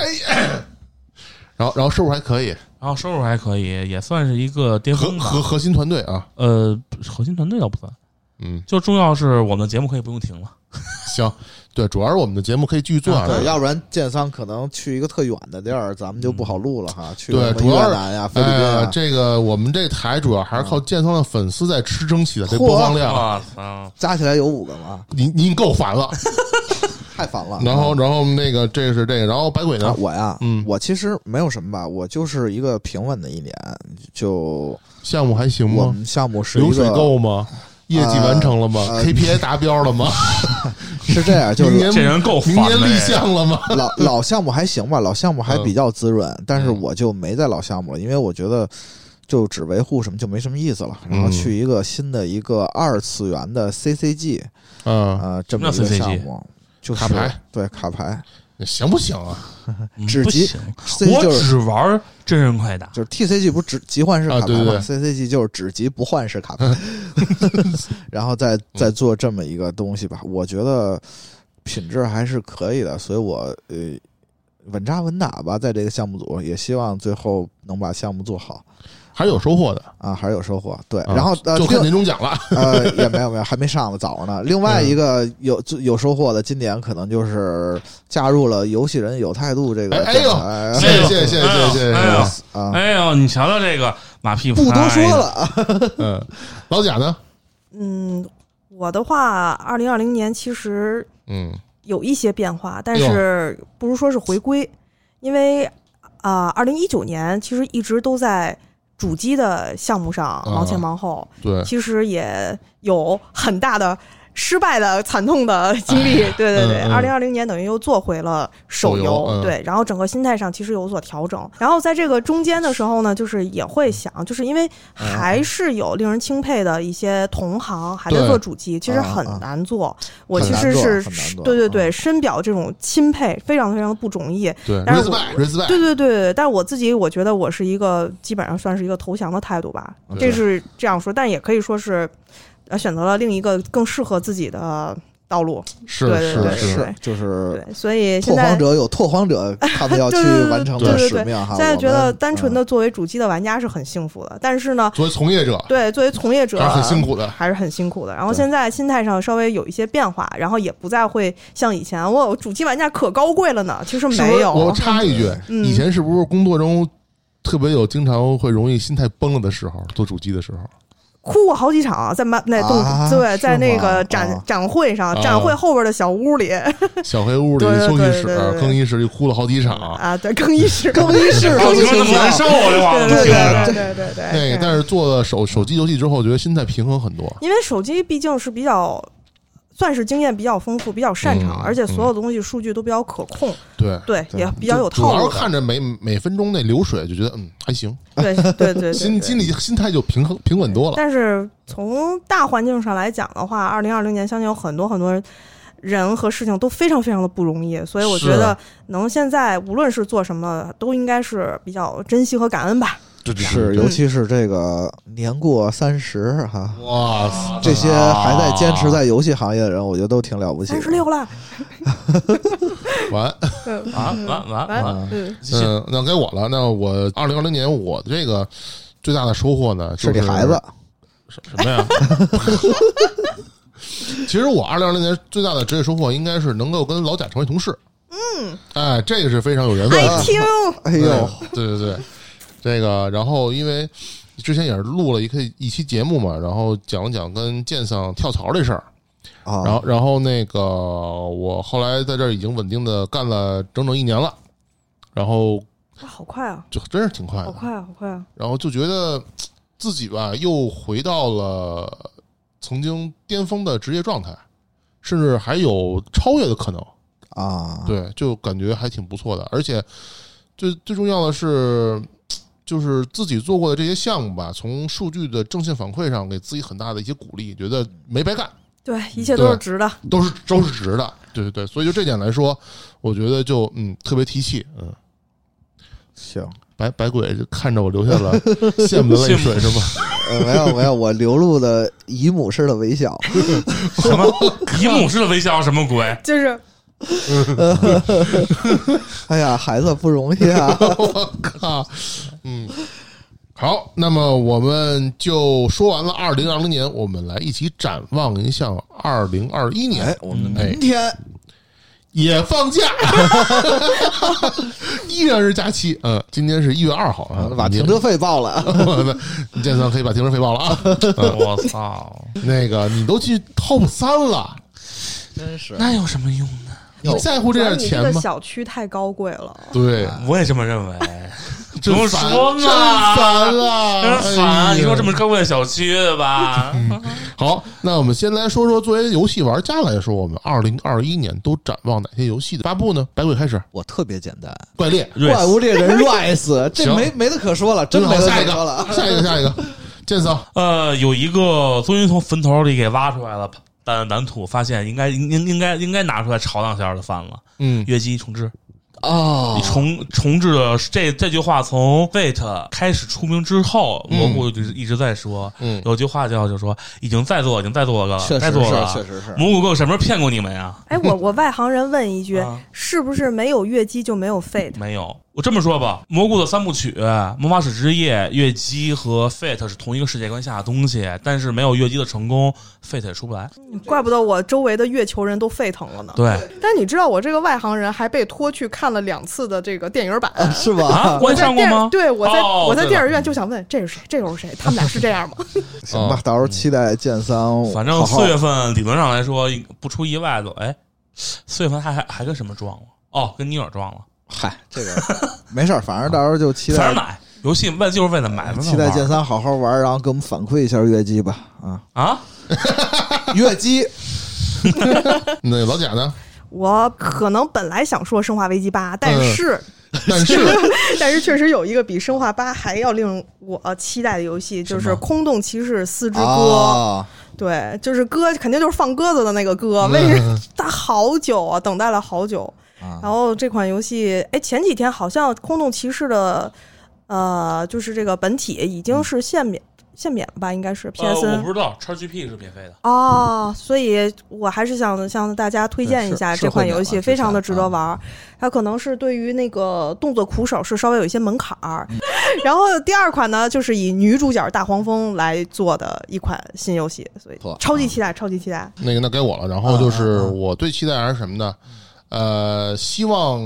Speaker 1: 然后然后收入还可以，
Speaker 7: 然后收入还可以，也算是一个巅
Speaker 1: 核
Speaker 7: 峰吧。
Speaker 1: 核核心团队啊，
Speaker 7: 呃，核心团队倒不算，
Speaker 1: 嗯，
Speaker 7: 就重要是我们的节目可以不用停了。
Speaker 1: 行，对，主要是我们的节目可以继续做下
Speaker 6: 啊对，
Speaker 1: 去。
Speaker 6: 要不然建仓可能去一个特远的地儿，咱们就不好录了哈。去
Speaker 1: 嗯对
Speaker 6: 什么
Speaker 1: 主要是
Speaker 6: 越南呀、菲律宾
Speaker 1: 哎
Speaker 6: 啊，，
Speaker 1: 这个我们这台主要还是靠建仓的粉丝在吃蒸起的这播放量，啊
Speaker 7: 我操！
Speaker 6: 加起来有五个吗？
Speaker 1: 您您够烦了。
Speaker 6: 啊太烦了。
Speaker 1: 然后，然后那个这是这个，然后百鬼
Speaker 6: 啊，
Speaker 1: 呢？
Speaker 6: 我呀，
Speaker 1: 嗯
Speaker 6: 我其实没有什么吧，我就是一个平稳的一年，就
Speaker 1: 项目还行
Speaker 6: 我
Speaker 1: 吗？
Speaker 6: 们项目是一
Speaker 1: 流水
Speaker 6: 个
Speaker 1: 够吗？业绩完成了吗
Speaker 6: 呃
Speaker 1: ？KPI 达标了吗？
Speaker 6: 是这样，就
Speaker 1: 明
Speaker 6: 是
Speaker 1: 年
Speaker 7: 这人够烦
Speaker 1: 明
Speaker 7: 的
Speaker 1: 年立项了吗？
Speaker 6: 老老项目还行吧，老项目还
Speaker 1: 嗯
Speaker 6: 比较滋润，但是
Speaker 1: 嗯
Speaker 6: 我就没在老项目了，因为我觉得就只维护什么就没什么意思了，然后
Speaker 1: 嗯
Speaker 6: 去一个新的一个二次元的 CCG
Speaker 1: 嗯，
Speaker 6: 啊、这么一个
Speaker 7: 什么叫 CCG？
Speaker 6: 项目。就是
Speaker 1: 卡牌，
Speaker 6: 对卡牌，
Speaker 1: 行不行啊？
Speaker 7: 嗯
Speaker 6: 只
Speaker 7: 不
Speaker 6: 集
Speaker 7: 行，
Speaker 6: 这
Speaker 7: 我
Speaker 6: 就是
Speaker 7: 只玩真人快打。
Speaker 6: 就是 TCG 不是只集幻式卡牌
Speaker 1: 啊对
Speaker 6: 嘛、
Speaker 1: 对对
Speaker 6: c c g 就是只集不幻式卡 牌，然后
Speaker 1: 嗯
Speaker 6: 再再做这么一个东西吧，我觉得品质还是可以的，所以我呃稳扎稳打吧，在这个项目组也希望最后能把项目做好
Speaker 1: 还是有收获的。
Speaker 6: 啊，还是有收获。对，
Speaker 1: 啊
Speaker 6: 然后呃
Speaker 1: 就看
Speaker 6: 另
Speaker 1: 年终奖了。
Speaker 6: 呃也没有没有还没上呢，早着呢。另外一个有最有收获的，今年可能就是加入了游戏人有态度这个
Speaker 1: 哎哎呦
Speaker 6: 电台
Speaker 1: 谢谢谢谢谢嗯谢谢谢
Speaker 7: 哎呦，
Speaker 6: 啊，
Speaker 7: 哎呦，你瞧瞧这个马屁，
Speaker 6: 不多说。了啊。
Speaker 1: 嗯，老贾呢？
Speaker 5: 嗯，我的话，二零二零年其实
Speaker 1: 嗯
Speaker 5: 有一些变化，但
Speaker 1: 哎呦
Speaker 5: 是不如说是回归，因为啊，二零一九年其实一直都在主机的项目上忙前忙后，，
Speaker 1: 对，
Speaker 5: 其实也有很大的失败的惨痛的经历。
Speaker 6: 哎
Speaker 5: 对对对，
Speaker 1: 嗯嗯
Speaker 5: 二零二零年等于又做回了手游，
Speaker 1: 手游嗯
Speaker 5: 对，然后整个心态上其实有所调整。然后在这个中间的时候呢，就是也会想，就是因为还是有令人钦佩的一些同行还在
Speaker 1: 对
Speaker 5: 做主机，其实很难做。我其实是
Speaker 6: 嗯很难做
Speaker 5: 对对
Speaker 6: 嗯
Speaker 5: 对，深表这种钦佩，非常非常的不容易。
Speaker 1: 对
Speaker 5: 但是我对
Speaker 1: ，respect，respect，
Speaker 5: 对对对，但是我自己我觉得我是一个基本上算是一个投降的态度吧，
Speaker 1: 对
Speaker 6: 嗯
Speaker 5: 这是这样说，但也可以说是，呃，选择了另一个更适合自己的道路。
Speaker 1: 是
Speaker 5: 对对
Speaker 1: 是
Speaker 5: 对
Speaker 1: 是，
Speaker 6: 是，就是
Speaker 5: 哎对，所以现
Speaker 6: 呃拓荒
Speaker 5: 在
Speaker 6: 者有拓 荒者，他们要去
Speaker 5: 对对对
Speaker 6: 完成
Speaker 5: 对
Speaker 6: 的
Speaker 5: 对
Speaker 6: 使
Speaker 5: 对
Speaker 6: 命哈。
Speaker 5: 现在
Speaker 6: 我
Speaker 5: 觉得
Speaker 6: 们啊
Speaker 5: 单纯
Speaker 6: 嗯
Speaker 5: 的作为主机的玩家是很幸福的，但是呢，
Speaker 1: 作为从业者
Speaker 5: 对作为从业者
Speaker 1: 还是很辛苦的。
Speaker 5: 还是很辛苦的。然后
Speaker 6: 对
Speaker 5: 现在心态上稍微有一些变化，然后也不再会像以前，我主机玩家可高贵了呢。其实
Speaker 1: 是不是
Speaker 5: 没有，
Speaker 1: 我插一句，
Speaker 5: 嗯
Speaker 1: 以前是不是工作中特别有经常会容易心态崩了的时候，做主机的 时候？
Speaker 5: 哭过好几场，在漫那动、
Speaker 6: 啊
Speaker 5: 对，
Speaker 6: 是
Speaker 5: 在那
Speaker 6: 吗
Speaker 5: 个展、
Speaker 6: 啊
Speaker 5: 展会上，
Speaker 1: 啊
Speaker 5: 展会后边的小屋里
Speaker 1: 小黑屋里
Speaker 5: 对对
Speaker 1: 休息
Speaker 5: 对
Speaker 1: 室
Speaker 5: 对对、对
Speaker 1: 更衣室里哭了好几场。
Speaker 5: 啊，对，更衣室，
Speaker 6: 更衣室
Speaker 7: 我
Speaker 6: 更
Speaker 7: 怎
Speaker 6: 衣
Speaker 7: 么那么难
Speaker 6: 室
Speaker 7: 受啊？这话
Speaker 5: 对
Speaker 7: 我
Speaker 5: 对
Speaker 7: 听着
Speaker 5: 对对对对对。
Speaker 1: 那个，但是做了
Speaker 5: 嗯
Speaker 1: 手手机游戏之后，觉得心态平衡很多。
Speaker 5: 因为手机毕竟是比较。算是经验比较丰富、比较擅长，
Speaker 1: 嗯
Speaker 5: 而且所有东西数据都比较可控，
Speaker 1: 对，
Speaker 5: 对，
Speaker 6: 对
Speaker 5: 也比较有
Speaker 1: 主
Speaker 5: 套
Speaker 1: 要
Speaker 5: 路
Speaker 1: 是
Speaker 5: 的。
Speaker 1: 看着每每分钟那流水，就觉得嗯还行，
Speaker 5: 对对对 对，
Speaker 1: 心
Speaker 5: 对
Speaker 1: 心里心态就平衡平稳多了。
Speaker 5: 但是从大环境上来讲的话，二零二零年相信有很多很多人和事情都非常非常的不容易，所以我觉
Speaker 1: 是
Speaker 5: 得能现在无论是做什么，都应该是比较珍惜和感恩吧。
Speaker 1: 这这
Speaker 6: 嗯是，
Speaker 5: 嗯
Speaker 1: 这
Speaker 6: 尤其是这个年过三十哈，
Speaker 1: 啊哇塞，
Speaker 6: 这些还在坚持在游戏行业的人，我觉得都挺了不起的。
Speaker 5: 三十六
Speaker 1: 啊
Speaker 5: 了，
Speaker 1: 完。
Speaker 5: 嗯
Speaker 7: 完完
Speaker 1: 啊
Speaker 5: 完
Speaker 7: 完完，
Speaker 5: 了，嗯，
Speaker 7: 行
Speaker 1: 嗯，那该我了。那我二零二零年我的这个最大的收获呢，就是
Speaker 6: 你孩子，
Speaker 7: 什么呀？
Speaker 1: 其实我二零二零年最大的职业收获应该是能够跟老贾成为同事。嗯，哎，这个是非常有缘分
Speaker 5: 爱
Speaker 1: 的。
Speaker 5: 听，
Speaker 6: 哎呦，
Speaker 1: 嗯对对对，这个，然后因为之前也是录了一个一期节目嘛，然后讲了讲跟剑上跳槽这事儿。
Speaker 6: 啊，
Speaker 1: 然后，然后那个我后来在这儿已经稳定的干了整整一年了，然后
Speaker 5: 哇，好快啊，
Speaker 1: 就真是挺快
Speaker 5: 好
Speaker 7: 嗯
Speaker 1: 的。
Speaker 5: 快啊，好快啊！
Speaker 1: 然后就觉得自己吧又回到了曾经巅峰的职业状态，甚至还有超越的可能。
Speaker 6: 啊，
Speaker 1: 对，就感觉还挺不错的。而且最最重要的是，就是自己做过的这些项目吧，从数据的正向反馈上给自己很大的一些鼓励，觉得没白干，
Speaker 5: 对，一切都是
Speaker 1: 对
Speaker 5: 值的。
Speaker 1: 都是都是值的。对对对，所以就这点来说，我觉得就嗯特别提气，嗯。
Speaker 6: 行，
Speaker 1: 白白鬼就看着我流下了 羡慕的泪水是吗？
Speaker 6: 呃没有没有，我流露的姨母式的微笑，
Speaker 7: 什么姨母式的微笑？什么鬼？
Speaker 5: 就是
Speaker 6: 哎呀，孩子不容易啊，
Speaker 1: 我靠，嗯，好，那么我们就说完了二零二零年，我们来一起展望一下二零二一年。
Speaker 6: 哎，我们的
Speaker 1: 哎
Speaker 6: 明天
Speaker 1: 也放假， 依然是假期。嗯，今天是一月二号啊
Speaker 6: 啊，把停车费报了，
Speaker 1: 你这算可以把停车费报 了啊。
Speaker 7: 我操，
Speaker 1: 那个，你都去 top 三了，
Speaker 6: 真是
Speaker 7: 那有什么用呢？
Speaker 1: 你在乎这
Speaker 5: 主要
Speaker 1: 点
Speaker 5: 你这个
Speaker 1: 钱吗？
Speaker 5: 小区太高贵了，
Speaker 1: 对，
Speaker 7: 我也这么认为，不
Speaker 1: 真
Speaker 7: 用
Speaker 1: 烦，
Speaker 7: 说
Speaker 1: 真
Speaker 7: 嘛
Speaker 1: 烦啊，
Speaker 7: 真
Speaker 1: 哎呀
Speaker 7: 烦！你说这么高贵的小区对吧？
Speaker 1: 好，那我们先来说说，作为游戏玩家来说，我们二零二一年都展望哪些游戏的发布呢？白鬼开始，
Speaker 6: 我特别简单，
Speaker 1: 怪猎，
Speaker 7: 瑞
Speaker 6: 怪物猎人 Rise，这
Speaker 1: 行
Speaker 6: 没没得可说了，真
Speaker 1: 好
Speaker 6: 没得
Speaker 1: 下
Speaker 6: 可
Speaker 1: 一
Speaker 6: 说
Speaker 1: 个，
Speaker 6: 了。
Speaker 1: 下一个，下一个，剑嫂，
Speaker 7: 呃，有一个终于从坟头里给挖出来了，但蓝土发现应该应应应该应该拿出来炒两下的饭了。
Speaker 1: 嗯，
Speaker 7: 月姬重置，
Speaker 6: 哦
Speaker 7: 你重重置了这这句话从 Fate 开始出名之后，
Speaker 1: 嗯
Speaker 7: 蘑菇就一直在说，
Speaker 1: 嗯
Speaker 7: 有句话叫就说已经在做，已经在做了，
Speaker 6: 确实
Speaker 7: 该
Speaker 6: 是
Speaker 7: 啊
Speaker 6: 啊
Speaker 7: 做了，，
Speaker 6: 确实是。
Speaker 7: 蘑菇哥什么时候骗过你们呀？
Speaker 5: 哎，我我外行人问一句，
Speaker 7: 啊
Speaker 5: 是不是没有月姬就没有 fate？
Speaker 7: 没有，我这么说吧，蘑菇的三部曲《魔法使之夜》、《月姬》和《Fate》是同一个世界观下的东西，但是没有月姬的成功，Fate 也出不来。
Speaker 5: 怪不得我周围的月球人都沸腾了呢。
Speaker 7: 对
Speaker 2: 嗯但你知道我这个外行人还被拖去看了两次的这个电影版。
Speaker 6: 啊，是
Speaker 7: 啊，
Speaker 6: 吧？
Speaker 7: 我也
Speaker 2: 在
Speaker 7: 上过
Speaker 2: 电
Speaker 7: 吗？
Speaker 2: 对，我在、
Speaker 7: 哦
Speaker 2: 我在
Speaker 7: 对
Speaker 2: 电
Speaker 7: 了
Speaker 2: 影院就想问这是谁，这又是谁？他们俩是这样吗？
Speaker 6: 行吧，到时候期待剑三。
Speaker 1: 哦
Speaker 7: 嗯反正
Speaker 6: 好好
Speaker 7: 四月份理论上来说不出意外的，哎，四月份他还还跟什么撞了？哦，跟尼尔撞了。
Speaker 6: 嗨，这个没事儿，反正到时候就期
Speaker 7: 反正
Speaker 6: 待
Speaker 7: 买游戏为就是为了买，为了
Speaker 6: 期待
Speaker 7: 玩
Speaker 6: 剑三好好玩，然后给我们反馈一下月姬吧。啊，
Speaker 7: 啊！
Speaker 6: 月姬
Speaker 1: 那老贾 呢？
Speaker 5: 我可能本来想说《生化危机八》，但
Speaker 7: 嗯
Speaker 5: 是、
Speaker 1: 但 是
Speaker 5: 但是确实有一个比《生化八》还要令我期待的游戏，就是《空洞骑士四之歌》
Speaker 7: 哦
Speaker 6: 啊，
Speaker 5: 对，就是鸽，肯定就是放鸽子的那个
Speaker 1: 嗯
Speaker 7: 嗯
Speaker 5: 鸽。为什么他好久啊？等待了好久。
Speaker 6: 啊
Speaker 5: 然后这款游戏，哎，前几天好像《空洞骑士》的，呃，就是这个本体已经是限免限免吧，应该是
Speaker 7: 嗯呃，
Speaker 5: PS。
Speaker 7: 我不知道，XGP 是免费的。
Speaker 5: 哦，所以我还是想向大家推荐一下
Speaker 6: 对是
Speaker 5: 这款
Speaker 1: 啊
Speaker 5: 游
Speaker 6: 是会
Speaker 5: 戏，
Speaker 6: 的
Speaker 5: 非常的值得玩儿。它可能是对于那个动作苦手是稍微有一些门槛儿。
Speaker 1: 嗯
Speaker 5: 然后第二款呢，就是以女主角大黄蜂来做的一款新游戏，所以
Speaker 6: 错
Speaker 1: 啊
Speaker 5: 超级期待，超级期待。
Speaker 1: 那个那该我了。然后就是
Speaker 6: 啊啊啊
Speaker 1: 我最期待还是什么呢？呃，希望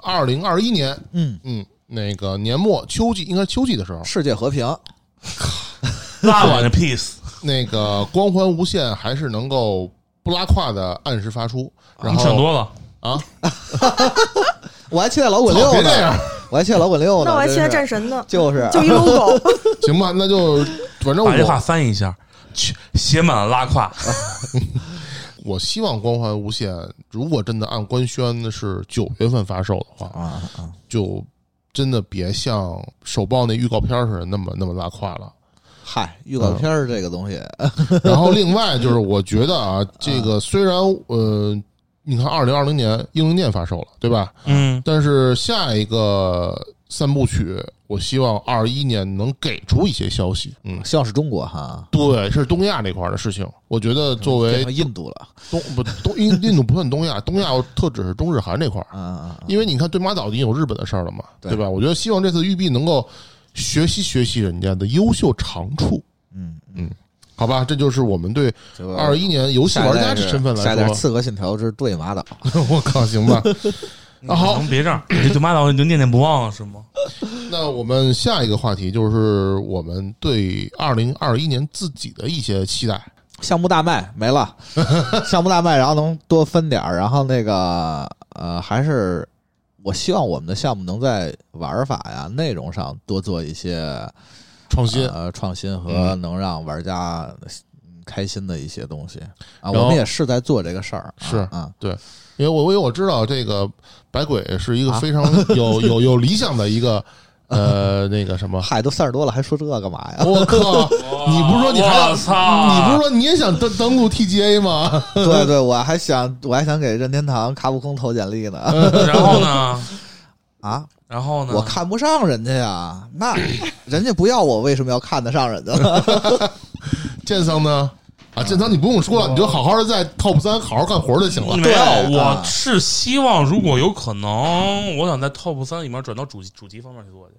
Speaker 1: 二零二一年，
Speaker 6: 嗯，
Speaker 1: 嗯，那个年末秋季应该是秋季的时候，
Speaker 6: 世界和平
Speaker 7: 那我的 peace，
Speaker 1: 那个《光环无限》还是能够不拉胯的按时发出，然
Speaker 7: 你想
Speaker 1: 后
Speaker 7: 多了。
Speaker 1: 啊，
Speaker 6: 我还期待老滚
Speaker 1: 操
Speaker 6: 六
Speaker 1: 别这样
Speaker 6: 呢，，我还期待老滚六呢。
Speaker 5: 那我还期待
Speaker 6: 真是
Speaker 5: 战神 呢，
Speaker 6: 就是
Speaker 5: 就一 logo，
Speaker 1: 行吧，那就反正
Speaker 7: 把这话
Speaker 1: 我
Speaker 7: 翻译一下，去写满了拉胯。
Speaker 1: 我希望《光环无限》如果真的按官宣的是九月份发售的话，
Speaker 6: 啊啊，
Speaker 1: 就真的别像首曝那预告片似的那么那么拉胯了。
Speaker 6: 嗨，预告片儿这个东西，
Speaker 1: 然后另外就是，我觉得啊，这个虽然呃，你看二零二零年英灵殿发售了，对吧？
Speaker 7: 嗯，
Speaker 1: 但是下一个三部曲，我希望二一年能给出一些消息。嗯，
Speaker 6: 希望是中国哈，
Speaker 1: 对，是东亚那块儿的事情。我觉得作
Speaker 7: 嗯
Speaker 6: 变
Speaker 1: 为
Speaker 6: 成印度了。
Speaker 1: 东不东印印度不算东亚，东亚特指是中日韩这块儿，
Speaker 6: 啊啊啊！
Speaker 1: 因为你看对马岛已经有日本的事儿了嘛，
Speaker 6: 对
Speaker 1: 对吧？我觉得希望这次育碧能够学习学习人家的优秀长处。
Speaker 6: 嗯，
Speaker 1: 好吧，这就是我们对
Speaker 6: 这个
Speaker 1: 二一年游戏
Speaker 6: 下一代
Speaker 1: 玩家的身份
Speaker 6: 是下一
Speaker 1: 来
Speaker 6: 代
Speaker 1: 说，
Speaker 6: 刺客信条之对马岛，
Speaker 1: 我靠，行吧。啊好
Speaker 7: 能别这样，你对马岛你就念念不忘了是吗？
Speaker 1: 那我们下一个话题就是我们对二零二一年自己的一些期待。
Speaker 6: 项目大卖没 了，项目大卖，然后能多分点儿，然后那个呃，还是我希望我们的项目能在玩法呀、内容上多做一些
Speaker 1: 创新，
Speaker 6: 呃创新和
Speaker 1: 嗯
Speaker 6: 能让玩家嗯开心的一些东西啊。
Speaker 1: 然后
Speaker 6: 我们也是在做这个事儿，啊
Speaker 1: 是
Speaker 6: 啊，
Speaker 1: 因为我因为我知道这个白鬼是一个
Speaker 6: 啊
Speaker 1: 非常有、有有理想的一个呃那个什 么，
Speaker 6: 嗨，都三十多了还说这干嘛呀？
Speaker 1: 我靠！你不是说你还要
Speaker 7: 我操？
Speaker 1: 你不是说你也想登登录 TGA 吗？
Speaker 6: 对对，我还想嗯我还想给任天堂、卡普空投简历呢
Speaker 7: 说？然后呢？
Speaker 6: 啊！
Speaker 7: 然后呢？
Speaker 6: 我看不上人家呀， 嗯那人家不要我，为什么要看得上人家？
Speaker 1: 剑桑呢？啊，建仓你不用说了，你就好好的在 Top 三好好干活就行了。
Speaker 7: 没有，
Speaker 6: 对啊
Speaker 7: 我是希望如果有可能，我想在 Top 三里面转到主机主机方面去做去。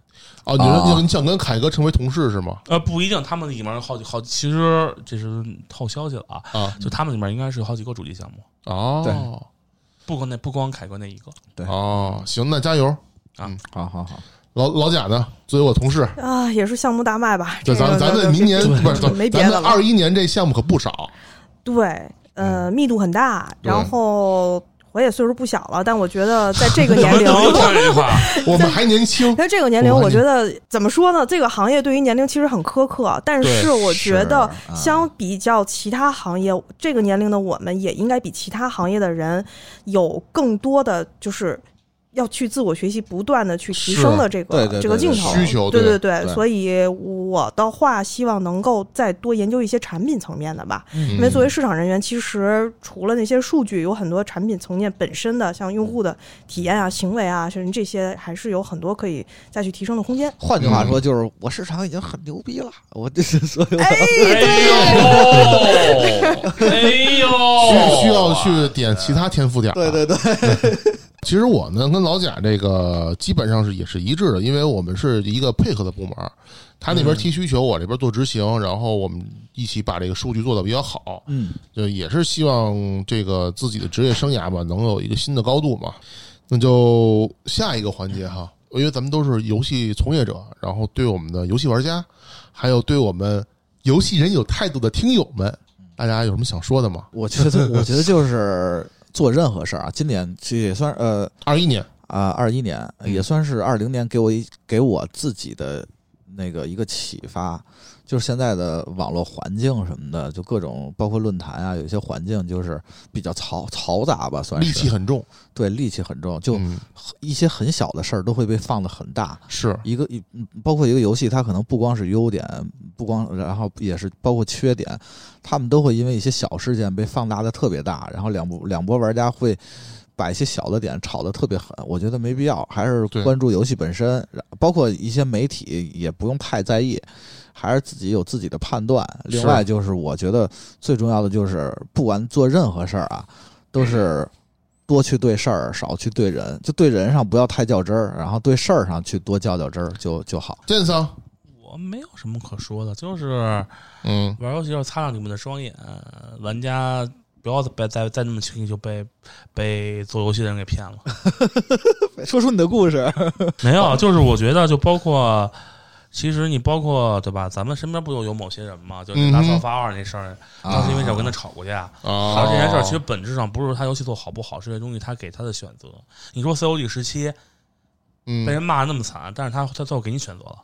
Speaker 1: 哦，你说
Speaker 6: 啊
Speaker 1: 你想你想跟凯哥成为同事是吗？
Speaker 7: 呃，不一定，他们里面好几好，其实这是透消息了啊。
Speaker 1: 啊
Speaker 7: 就他们里面应该是有好几个主机项目，
Speaker 1: 哦，
Speaker 7: 不光那不光凯哥那一个。
Speaker 6: 对
Speaker 1: 哦，行，那加油。
Speaker 6: 好好好，
Speaker 1: 老老贾呢？作为我同事，
Speaker 5: 啊，也是项目大卖吧。
Speaker 1: 对，
Speaker 5: 这
Speaker 1: 咱
Speaker 5: 个
Speaker 1: 咱
Speaker 5: 这
Speaker 1: 们
Speaker 5: 个
Speaker 1: 明年
Speaker 5: 这个
Speaker 1: 不是，
Speaker 5: 没别
Speaker 1: 咱
Speaker 5: 的
Speaker 1: 们
Speaker 5: 了。
Speaker 1: 二一年这项目可不少。
Speaker 5: 对，呃，密度很大，
Speaker 1: 对
Speaker 5: 然后我也岁数不小了，但我觉得在这个
Speaker 7: 怎
Speaker 5: 年
Speaker 7: 么
Speaker 5: 龄
Speaker 7: 怎。么讲这句话？
Speaker 1: 我们还 年轻，
Speaker 5: 在这个年龄，
Speaker 1: 我
Speaker 5: 我觉得怎么说呢？这个行业对于年龄其实很苛刻，啊但是我觉得
Speaker 6: 是啊
Speaker 5: 相比较其他行业，这个年龄的我们也应该比其他行业的人有更多的就是。要去自我学习，不断的去提升的这个
Speaker 6: 对对对
Speaker 5: 这个镜头
Speaker 1: 需求
Speaker 5: 对
Speaker 1: 对
Speaker 5: 对，
Speaker 6: 对
Speaker 5: 所以我的话，希望能够再多研究一些产品层面的吧。因为作为市场人员，其实除了那些数据，有很多产品层面本身的，像用户的体验啊、行为啊，甚至这些，还是有很多可以再去提升的空间。
Speaker 6: 换句话说，就是我市场已经很牛逼了，我这是所 有的
Speaker 7: 哎呦，哎呦，
Speaker 1: 嗯需需要去点其他天赋点。
Speaker 6: 对对对，
Speaker 1: 其实我呢跟老贾这个基本上是也是一致的，因为我们是一个配合的部门，他那边提需求，我这边做执行，然后我们一起把这个数据做得比较好。
Speaker 6: 嗯，
Speaker 1: 就也是希望这个自己的职业生涯吧，能有一个新的高度嘛。那就下一个环节哈，因为咱们都是游戏从业者，然后对我们的游戏玩家，还有对我们游戏人有态度的听友们，大家有什么想说的吗？
Speaker 6: 我觉得我觉得就是做任何事儿啊，今年这也算呃
Speaker 1: 二一年，
Speaker 6: 啊，二一年
Speaker 1: 嗯
Speaker 6: 也算是二零年给我一给我自己的那个一个启发，就是现在的网络环境什么的，就各种包括论坛啊，有一些环境就是比较嘈嘈杂吧，算
Speaker 1: 戾气
Speaker 6: 是
Speaker 1: 很重，
Speaker 6: 对戾气很重，就
Speaker 1: 嗯，
Speaker 6: 一些很小的事儿都会被放得很大。
Speaker 1: 是
Speaker 6: 一个一嗯包括一个游戏，它可能不光是优点，不光然后也是包括缺点，他们都会因为一些小事件被放大的特别大，然后两波两波玩家会把一些小的点吵得特别狠，我觉得没必要，还是
Speaker 1: 对
Speaker 6: 关注游戏本身，然包括一些媒体也不用太在意。还是自己有自己的判断。另
Speaker 1: 是
Speaker 6: 外就是，我觉得最重要的就是，不管做任何事儿啊，都是多去对事儿，少去对人。就对人上不要太较真儿，然后对事儿上去多较较真儿就就好。
Speaker 1: 剑桑，
Speaker 7: 我没有什么可说的，就是
Speaker 1: 嗯，
Speaker 7: 玩游戏要擦亮你们的双眼，玩家不要再再再那么轻易就被被做游戏的人给骗了。
Speaker 6: 说出你的故事，
Speaker 7: 没有，就是我觉得就包括，其实你包括对吧？咱们身边不就有某些人嘛，就是打扫
Speaker 1: 嗯哼
Speaker 7: 发二那事儿，
Speaker 6: 啊
Speaker 7: 当时因为这我跟他吵过架。
Speaker 6: 哦
Speaker 1: 啊
Speaker 7: 而这件事儿其实本质上不是他游戏做好不好，是这东西他给他的选择。你说 COD 时期被人
Speaker 1: 嗯
Speaker 7: 骂得那么惨，但是他他最后给你选择了，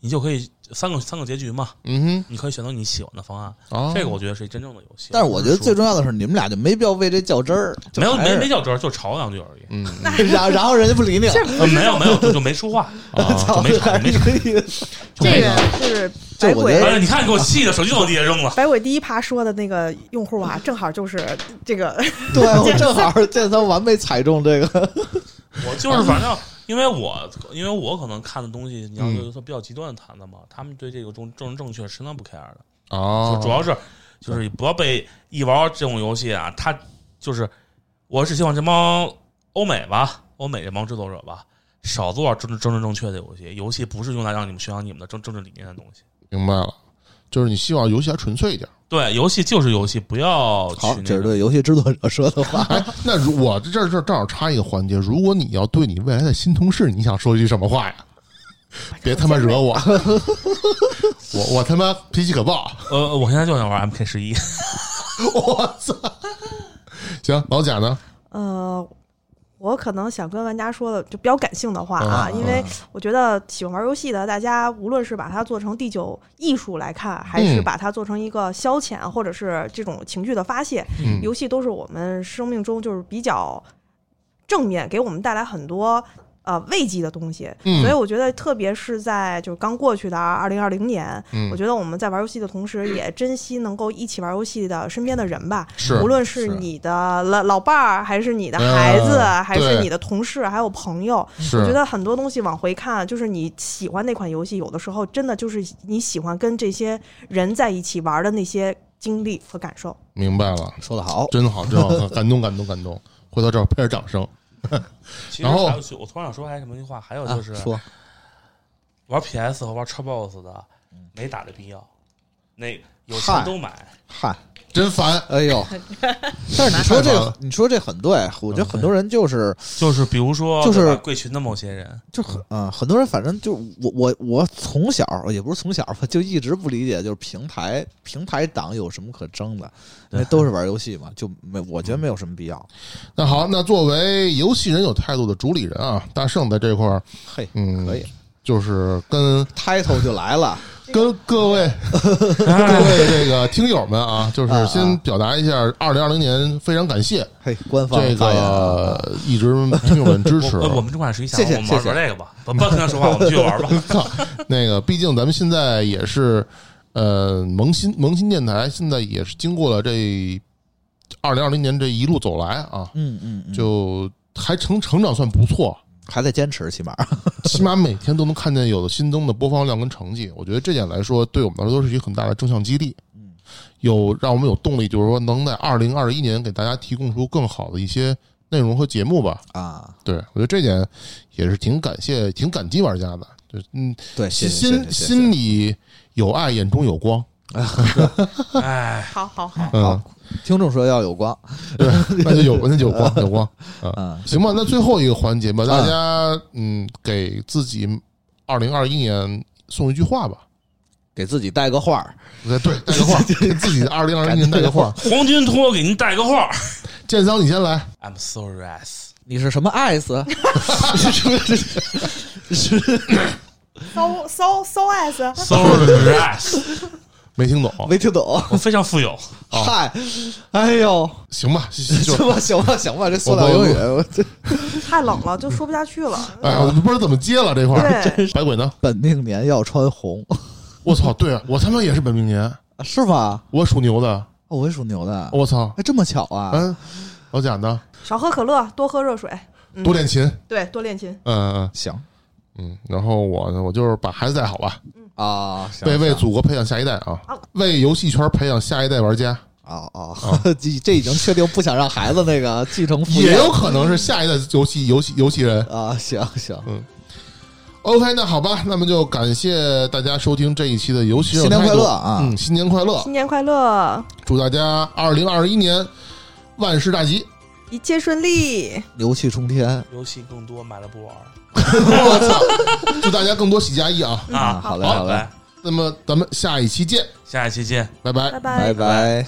Speaker 7: 你就可以三个三个结局嘛，
Speaker 1: 嗯
Speaker 7: 你可以选择你喜欢的方案。
Speaker 1: 哼，啊，
Speaker 7: 这个我觉得是真正的游戏。
Speaker 6: 哦但是我觉得最
Speaker 7: 终
Speaker 6: 重要的是，你们俩就没必要为这较真儿，就
Speaker 7: 没有
Speaker 6: 还
Speaker 7: 没
Speaker 6: 是
Speaker 7: 没。较真儿，就吵两句 而已。
Speaker 1: 嗯，
Speaker 6: 然后然后人家不理 你了，
Speaker 7: 呃没有没有，就就没说 话，
Speaker 1: 啊
Speaker 7: 哦就没吵
Speaker 6: 还
Speaker 7: 没
Speaker 6: 是
Speaker 7: 吵。
Speaker 6: 可以的。
Speaker 7: 就
Speaker 5: 这
Speaker 7: 没
Speaker 5: 个
Speaker 7: 吵
Speaker 5: 是
Speaker 6: 这
Speaker 5: 百
Speaker 6: 我觉
Speaker 5: 鬼
Speaker 6: 得
Speaker 7: 哎呀，你看给我气的，手机都往地下扔了。
Speaker 5: 百鬼第一趴说的那个用户啊，正好就是这个
Speaker 6: 对，我正好这他完美踩中这 个。
Speaker 7: 我就是反正，因为我因为我可能看的东西，你要
Speaker 6: 嗯
Speaker 7: 就说比较极端的谈的嘛，他们对这个中政治正确是相当不 care 的，
Speaker 1: 啊
Speaker 6: 哦
Speaker 7: 就，主要是就是不要被一玩这种游戏啊，他就是我是希望这帮欧美吧，欧美这帮制作者吧，少做政治政治正确的游戏，游戏不是用来让你们宣扬你们的政政治理念的东西。
Speaker 1: 明白了，就是你希望游戏还纯粹一点。
Speaker 7: 对，游戏就是游戏，不要去
Speaker 6: 好，
Speaker 7: 那
Speaker 6: 这是
Speaker 7: 个
Speaker 6: 对游戏制作者说的 话。
Speaker 1: 哎，那如我这这这正好插一个环节，如果你要对你未来的新同事，你想说一句什么话呀？别他妈惹我， 我我他妈脾气可暴，
Speaker 7: 呃，我现在就想玩 MK 十一，
Speaker 1: 我操！行，老贾呢？
Speaker 5: 呃，我可能想跟玩家说的就比较感性的话啊，
Speaker 1: 啊
Speaker 5: 因为我觉得喜欢玩游戏的大家，无论是把它做成第九艺术来看，还是
Speaker 1: 嗯
Speaker 5: 把它做成一个消遣，或者是这种情绪的发泄，
Speaker 1: 嗯
Speaker 5: 游戏都是我们生命中就是比较正面，给我们带来很多。呃，慰藉的东西，
Speaker 1: 嗯
Speaker 5: 所以我觉得，特别是在就是刚过去的二零二零年，
Speaker 1: 嗯
Speaker 5: 我觉得我们在玩游戏的同时，也珍惜能够一起玩游戏的身边的人吧。
Speaker 1: 是
Speaker 5: 无论是
Speaker 6: 是
Speaker 5: 你的老老伴儿，还是你的孩子，
Speaker 1: 嗯
Speaker 5: 还是
Speaker 1: 对
Speaker 5: 你的同事，还有朋友，
Speaker 1: 是，
Speaker 5: 我觉得很多东西往回看，就是你喜欢那款游戏，有的时候真的就是你喜欢跟这些人在一起玩的那些经历和感受。
Speaker 1: 明白了，
Speaker 6: 说的好，
Speaker 1: 真好，真好，感动，感动，感动。回到这儿，拍点掌声。
Speaker 7: 其实
Speaker 1: 然后
Speaker 7: 还有就我突然想说还有什么一句话，还有
Speaker 6: 啊
Speaker 7: 就是、
Speaker 6: 说
Speaker 7: 玩 PS 和玩 Xbox 的没打的必要，嗯那有
Speaker 6: 嗨
Speaker 7: 钱都买。
Speaker 6: 嗨，
Speaker 1: 真烦，
Speaker 6: 哎呦，但是你说这
Speaker 1: 太棒
Speaker 6: 个
Speaker 1: 了，
Speaker 6: 你说这很对，我
Speaker 7: 嗯
Speaker 6: 觉得很多人就是
Speaker 7: 就是比如说，
Speaker 6: 就是
Speaker 7: 对吧贵群的某些 人，
Speaker 6: 就很嗯、很多人反正就我我我从小也不是从小吧，就一直不理解，就是平台平台党有什么可争的？因为都是玩游戏嘛，就没我觉得没有什么必要。
Speaker 1: 那好，那作为游戏人有态度的主理人啊，大圣在这块儿，
Speaker 6: 嘿，
Speaker 1: 嗯，
Speaker 6: 可以
Speaker 1: 就是跟
Speaker 6: ，title 就来了，
Speaker 1: 跟各位各位这个听友们啊，就是先表达一下，二零二零年非常感谢
Speaker 6: 嘿，官方
Speaker 1: 这
Speaker 6: 发言啊
Speaker 1: 个一直听友们支持
Speaker 7: 我。我们这款是一想，
Speaker 6: 谢谢
Speaker 7: 我们玩
Speaker 6: 谢谢
Speaker 7: 玩这个吧，不不跟他说话，我们继续玩吧。
Speaker 1: 那个，毕竟咱们现在也是，呃，萌新萌新电台现在也是经过了这二零二零年这一路走来啊，
Speaker 6: 嗯嗯，嗯
Speaker 1: 就还成成长算不错，
Speaker 6: 还在坚持，起码
Speaker 1: 起码每天都能看见有的新增的播放量跟成绩，我觉得这点来说，对我们来说是一个很大的正向激励。嗯，有让我们有动力，就是说能在二零二一年给大家提供出更好的一些内容和节目吧。
Speaker 6: 啊，
Speaker 1: 对我觉得这点也是挺感谢、挺感激玩家的。对，嗯，
Speaker 6: 对，谢
Speaker 1: 心
Speaker 6: 谢谢谢
Speaker 1: 心心里有爱，眼中有光。
Speaker 7: 哎，
Speaker 2: 好好好，
Speaker 1: 嗯，
Speaker 6: 听众说要有光，
Speaker 1: 对， 那就有那就有光有光。
Speaker 6: 嗯，
Speaker 1: 行吧，那最后一个环
Speaker 6: 啊
Speaker 1: 节吧，大家嗯，给自己二零二一年送一句话吧。
Speaker 6: 给自己带个话儿，
Speaker 1: 对对，带个 话，给自己的二零二零年带个话。
Speaker 7: 黄金托给您带个话
Speaker 1: 建桑，你先来。
Speaker 7: ，I'm sorry ass，
Speaker 6: 你是什么 S？
Speaker 2: 骚骚骚 S，
Speaker 7: sorry ass，
Speaker 1: 没听懂，
Speaker 6: 没听懂，
Speaker 7: 我非常富有，
Speaker 6: 嗨，哎呦，
Speaker 1: 行吧，就
Speaker 6: 行
Speaker 1: 就
Speaker 6: 吧行吧行吧，这塑料英语，我这
Speaker 5: 太冷了，就说不下去了。
Speaker 1: 哎呀，我都不知道怎么接了这块儿。
Speaker 5: 对，
Speaker 1: 百鬼呢？
Speaker 6: 本命年要穿红，啊
Speaker 1: 我操，对啊，我他妈也是本命年，
Speaker 6: 是吧？
Speaker 1: 我属牛的，
Speaker 6: 哦我也属牛的，
Speaker 1: 我操，
Speaker 6: 哎，这么巧啊！
Speaker 1: 嗯，老蒋呢，
Speaker 5: 少喝可乐，多喝热水，嗯
Speaker 1: 多练琴，
Speaker 5: 对，多练琴。
Speaker 1: 嗯嗯
Speaker 6: 行
Speaker 1: 嗯，然后我呢，我就是把孩子带好吧，
Speaker 6: 啊，行
Speaker 1: 为为
Speaker 6: 行
Speaker 1: 祖国培养下一代啊
Speaker 5: 好，
Speaker 1: 为游戏圈培养下一代玩家，
Speaker 6: 哦哦， 这这已经确定不想让孩子那个继承父业
Speaker 1: 也有可能是下一代游戏游戏游戏人。
Speaker 6: 啊，行行，
Speaker 1: OK，那好吧，那么就感谢大家收听这一期的游戏人
Speaker 6: 新
Speaker 1: 有
Speaker 6: 年
Speaker 1: 态
Speaker 6: 快
Speaker 1: 度
Speaker 6: 乐啊
Speaker 1: 嗯，新年快乐，
Speaker 5: 新年快乐，
Speaker 1: 祝大家二零二一年万事大 吉！
Speaker 5: 一切顺利。
Speaker 6: 牛气冲天
Speaker 7: 游戏更多买了不玩儿
Speaker 1: 我操，祝大家更多喜加意啊！
Speaker 6: 啊！
Speaker 7: 啊。
Speaker 6: 好嘞
Speaker 7: 好
Speaker 6: 好嘞，
Speaker 7: 来，
Speaker 1: 那么咱们下一期见，
Speaker 7: 下一期见。
Speaker 1: 拜拜
Speaker 5: 拜。
Speaker 6: 拜拜。